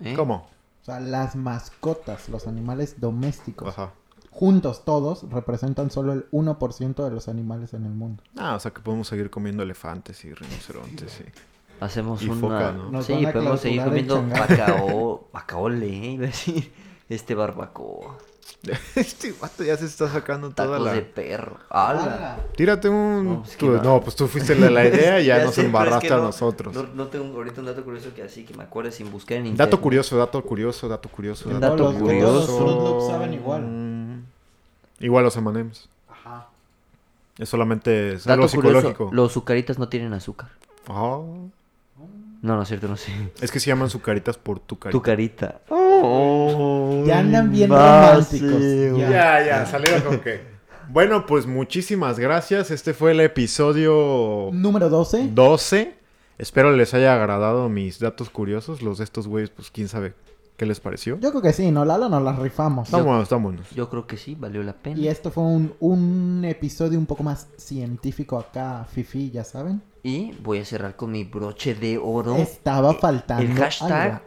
¿Eh?
¿Cómo?
O sea, las mascotas, los animales domésticos,
Ajá.
juntos todos representan solo el 1% de los animales en el mundo.
Ah, o sea que podemos seguir comiendo elefantes y rinocerontes y...
Hacemos
Y
una...
foca, ¿no?
Nos
Sí,
van a
podemos seguir
clausurar el
comiendo
changarro.
bacao... bacaole, ¿eh? Iba a decir. Este barbacoa.
este vato ya se está sacando toda
Tacos
la...
de perro. ¡Hala!
¡Hala!
Tírate un...
No, pues,
tú-
¿qué va?
no, pues tú fuiste la, la idea y ya, nos
sé, pero es que
embarraste a
no-
nosotros.
No, no tengo ahorita un dato curioso que así que me acuerde sin buscar en internet.
Dato curioso, dato curioso, dato curioso,
Dato
Todos los- todos los
curioso.
Fruit Loops saben igual.
igual. Igual los M&M's.
Ajá.
Es solamente es
Dato
algo
curioso,
psicológico.
los sucaritas no tienen azúcar.
Ah,
No, no es cierto, no sé.
es que se llaman sucaritas por tu carita.
Tu carita.
Ya andan bien
Vacío.
románticos. Ya.
Ya, ya, salieron con qué. Bueno, pues muchísimas gracias. Este fue el episodio
Número 12.
12. Espero les haya agradado mis datos curiosos. Los de estos güeyes, pues quién sabe qué les pareció.
Yo creo que sí, ¿no, Lalo? Nos las rifamos.
Vámonos, vámonos.
Yo creo que sí, valió la pena.
Y esto fue un, un episodio un poco más científico acá, Fifi, ya saben.
Y voy a cerrar con mi broche de oro.
Estaba faltando.
el hashtag.
algo.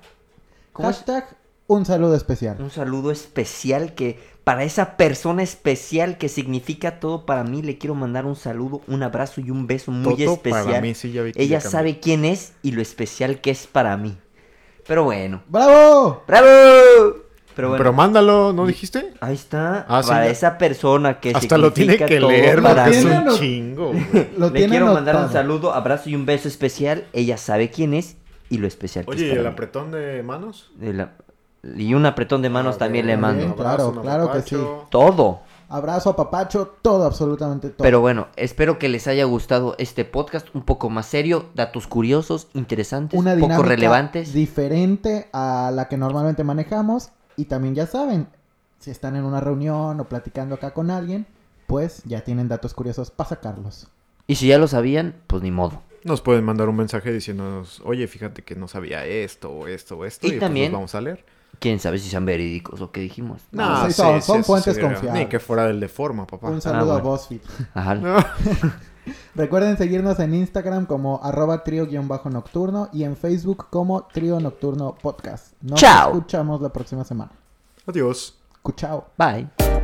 ¿Cómo es?
Hashtag un saludo especial.
Un saludo especial que para esa persona especial que significa todo para mí le quiero mandar un saludo, un abrazo y un beso muy
Toto,
especial.
para mí sí ya vi que
Ella
ya cambió.
sabe quién es y lo especial que es para mí. Pero bueno.
¡Bravo!
¡Bravo! Pero bueno.
Pero mándalo, ¿no dijiste?
Ahí está.
Ah, sí,
para
ya.
esa persona que
Hasta lo tiene
significa
que
todo
leer,
para
porque es
mí.
tiene
un
anot-
chingo. güey.
Lo
Le
tiene
quiero mandar un
anotado.
saludo, abrazo y un beso especial. Ella sabe quién es y lo especial que
Oye, ¿y
es.
el
para mí.
apretón de manos?
El ap- Y un apretón de manos
Ah,
también le
bien,
mando.
bien,
Bien, claro,
un
claro que sí.
apapacho.
Todo.
Abrazo a Papacho, todo, absolutamente todo.
Pero bueno, espero que les haya gustado este podcast un poco más serio, datos curiosos, interesantes,
una dinámica
poco relevantes.
diferente a la que normalmente manejamos. Y también ya saben, si están en una reunión o platicando acá con alguien, pues ya tienen datos curiosos para sacarlos.
Y si ya lo sabían, pues ni modo.
Nos pueden mandar un mensaje diciéndonos, oye, fíjate que no sabía esto o esto o esto.
Y
Y, pues
también-
los vamos a leer.
Quién sabe si sean verídicos o qué dijimos.
No, Ah, sí, son- son
eso
fuentes
sería-
confiables.
Ni que fuera del de forma, papá.
Un saludo
Ah, bueno.
a BuzzFeed.
Ajá.
Recuerden seguirnos en Instagram como arroba trío-nocturno y en Facebook como trío nocturno podcast. Nos
Chao.
escuchamos la próxima semana.
Adiós.
Cuchao.
Bye.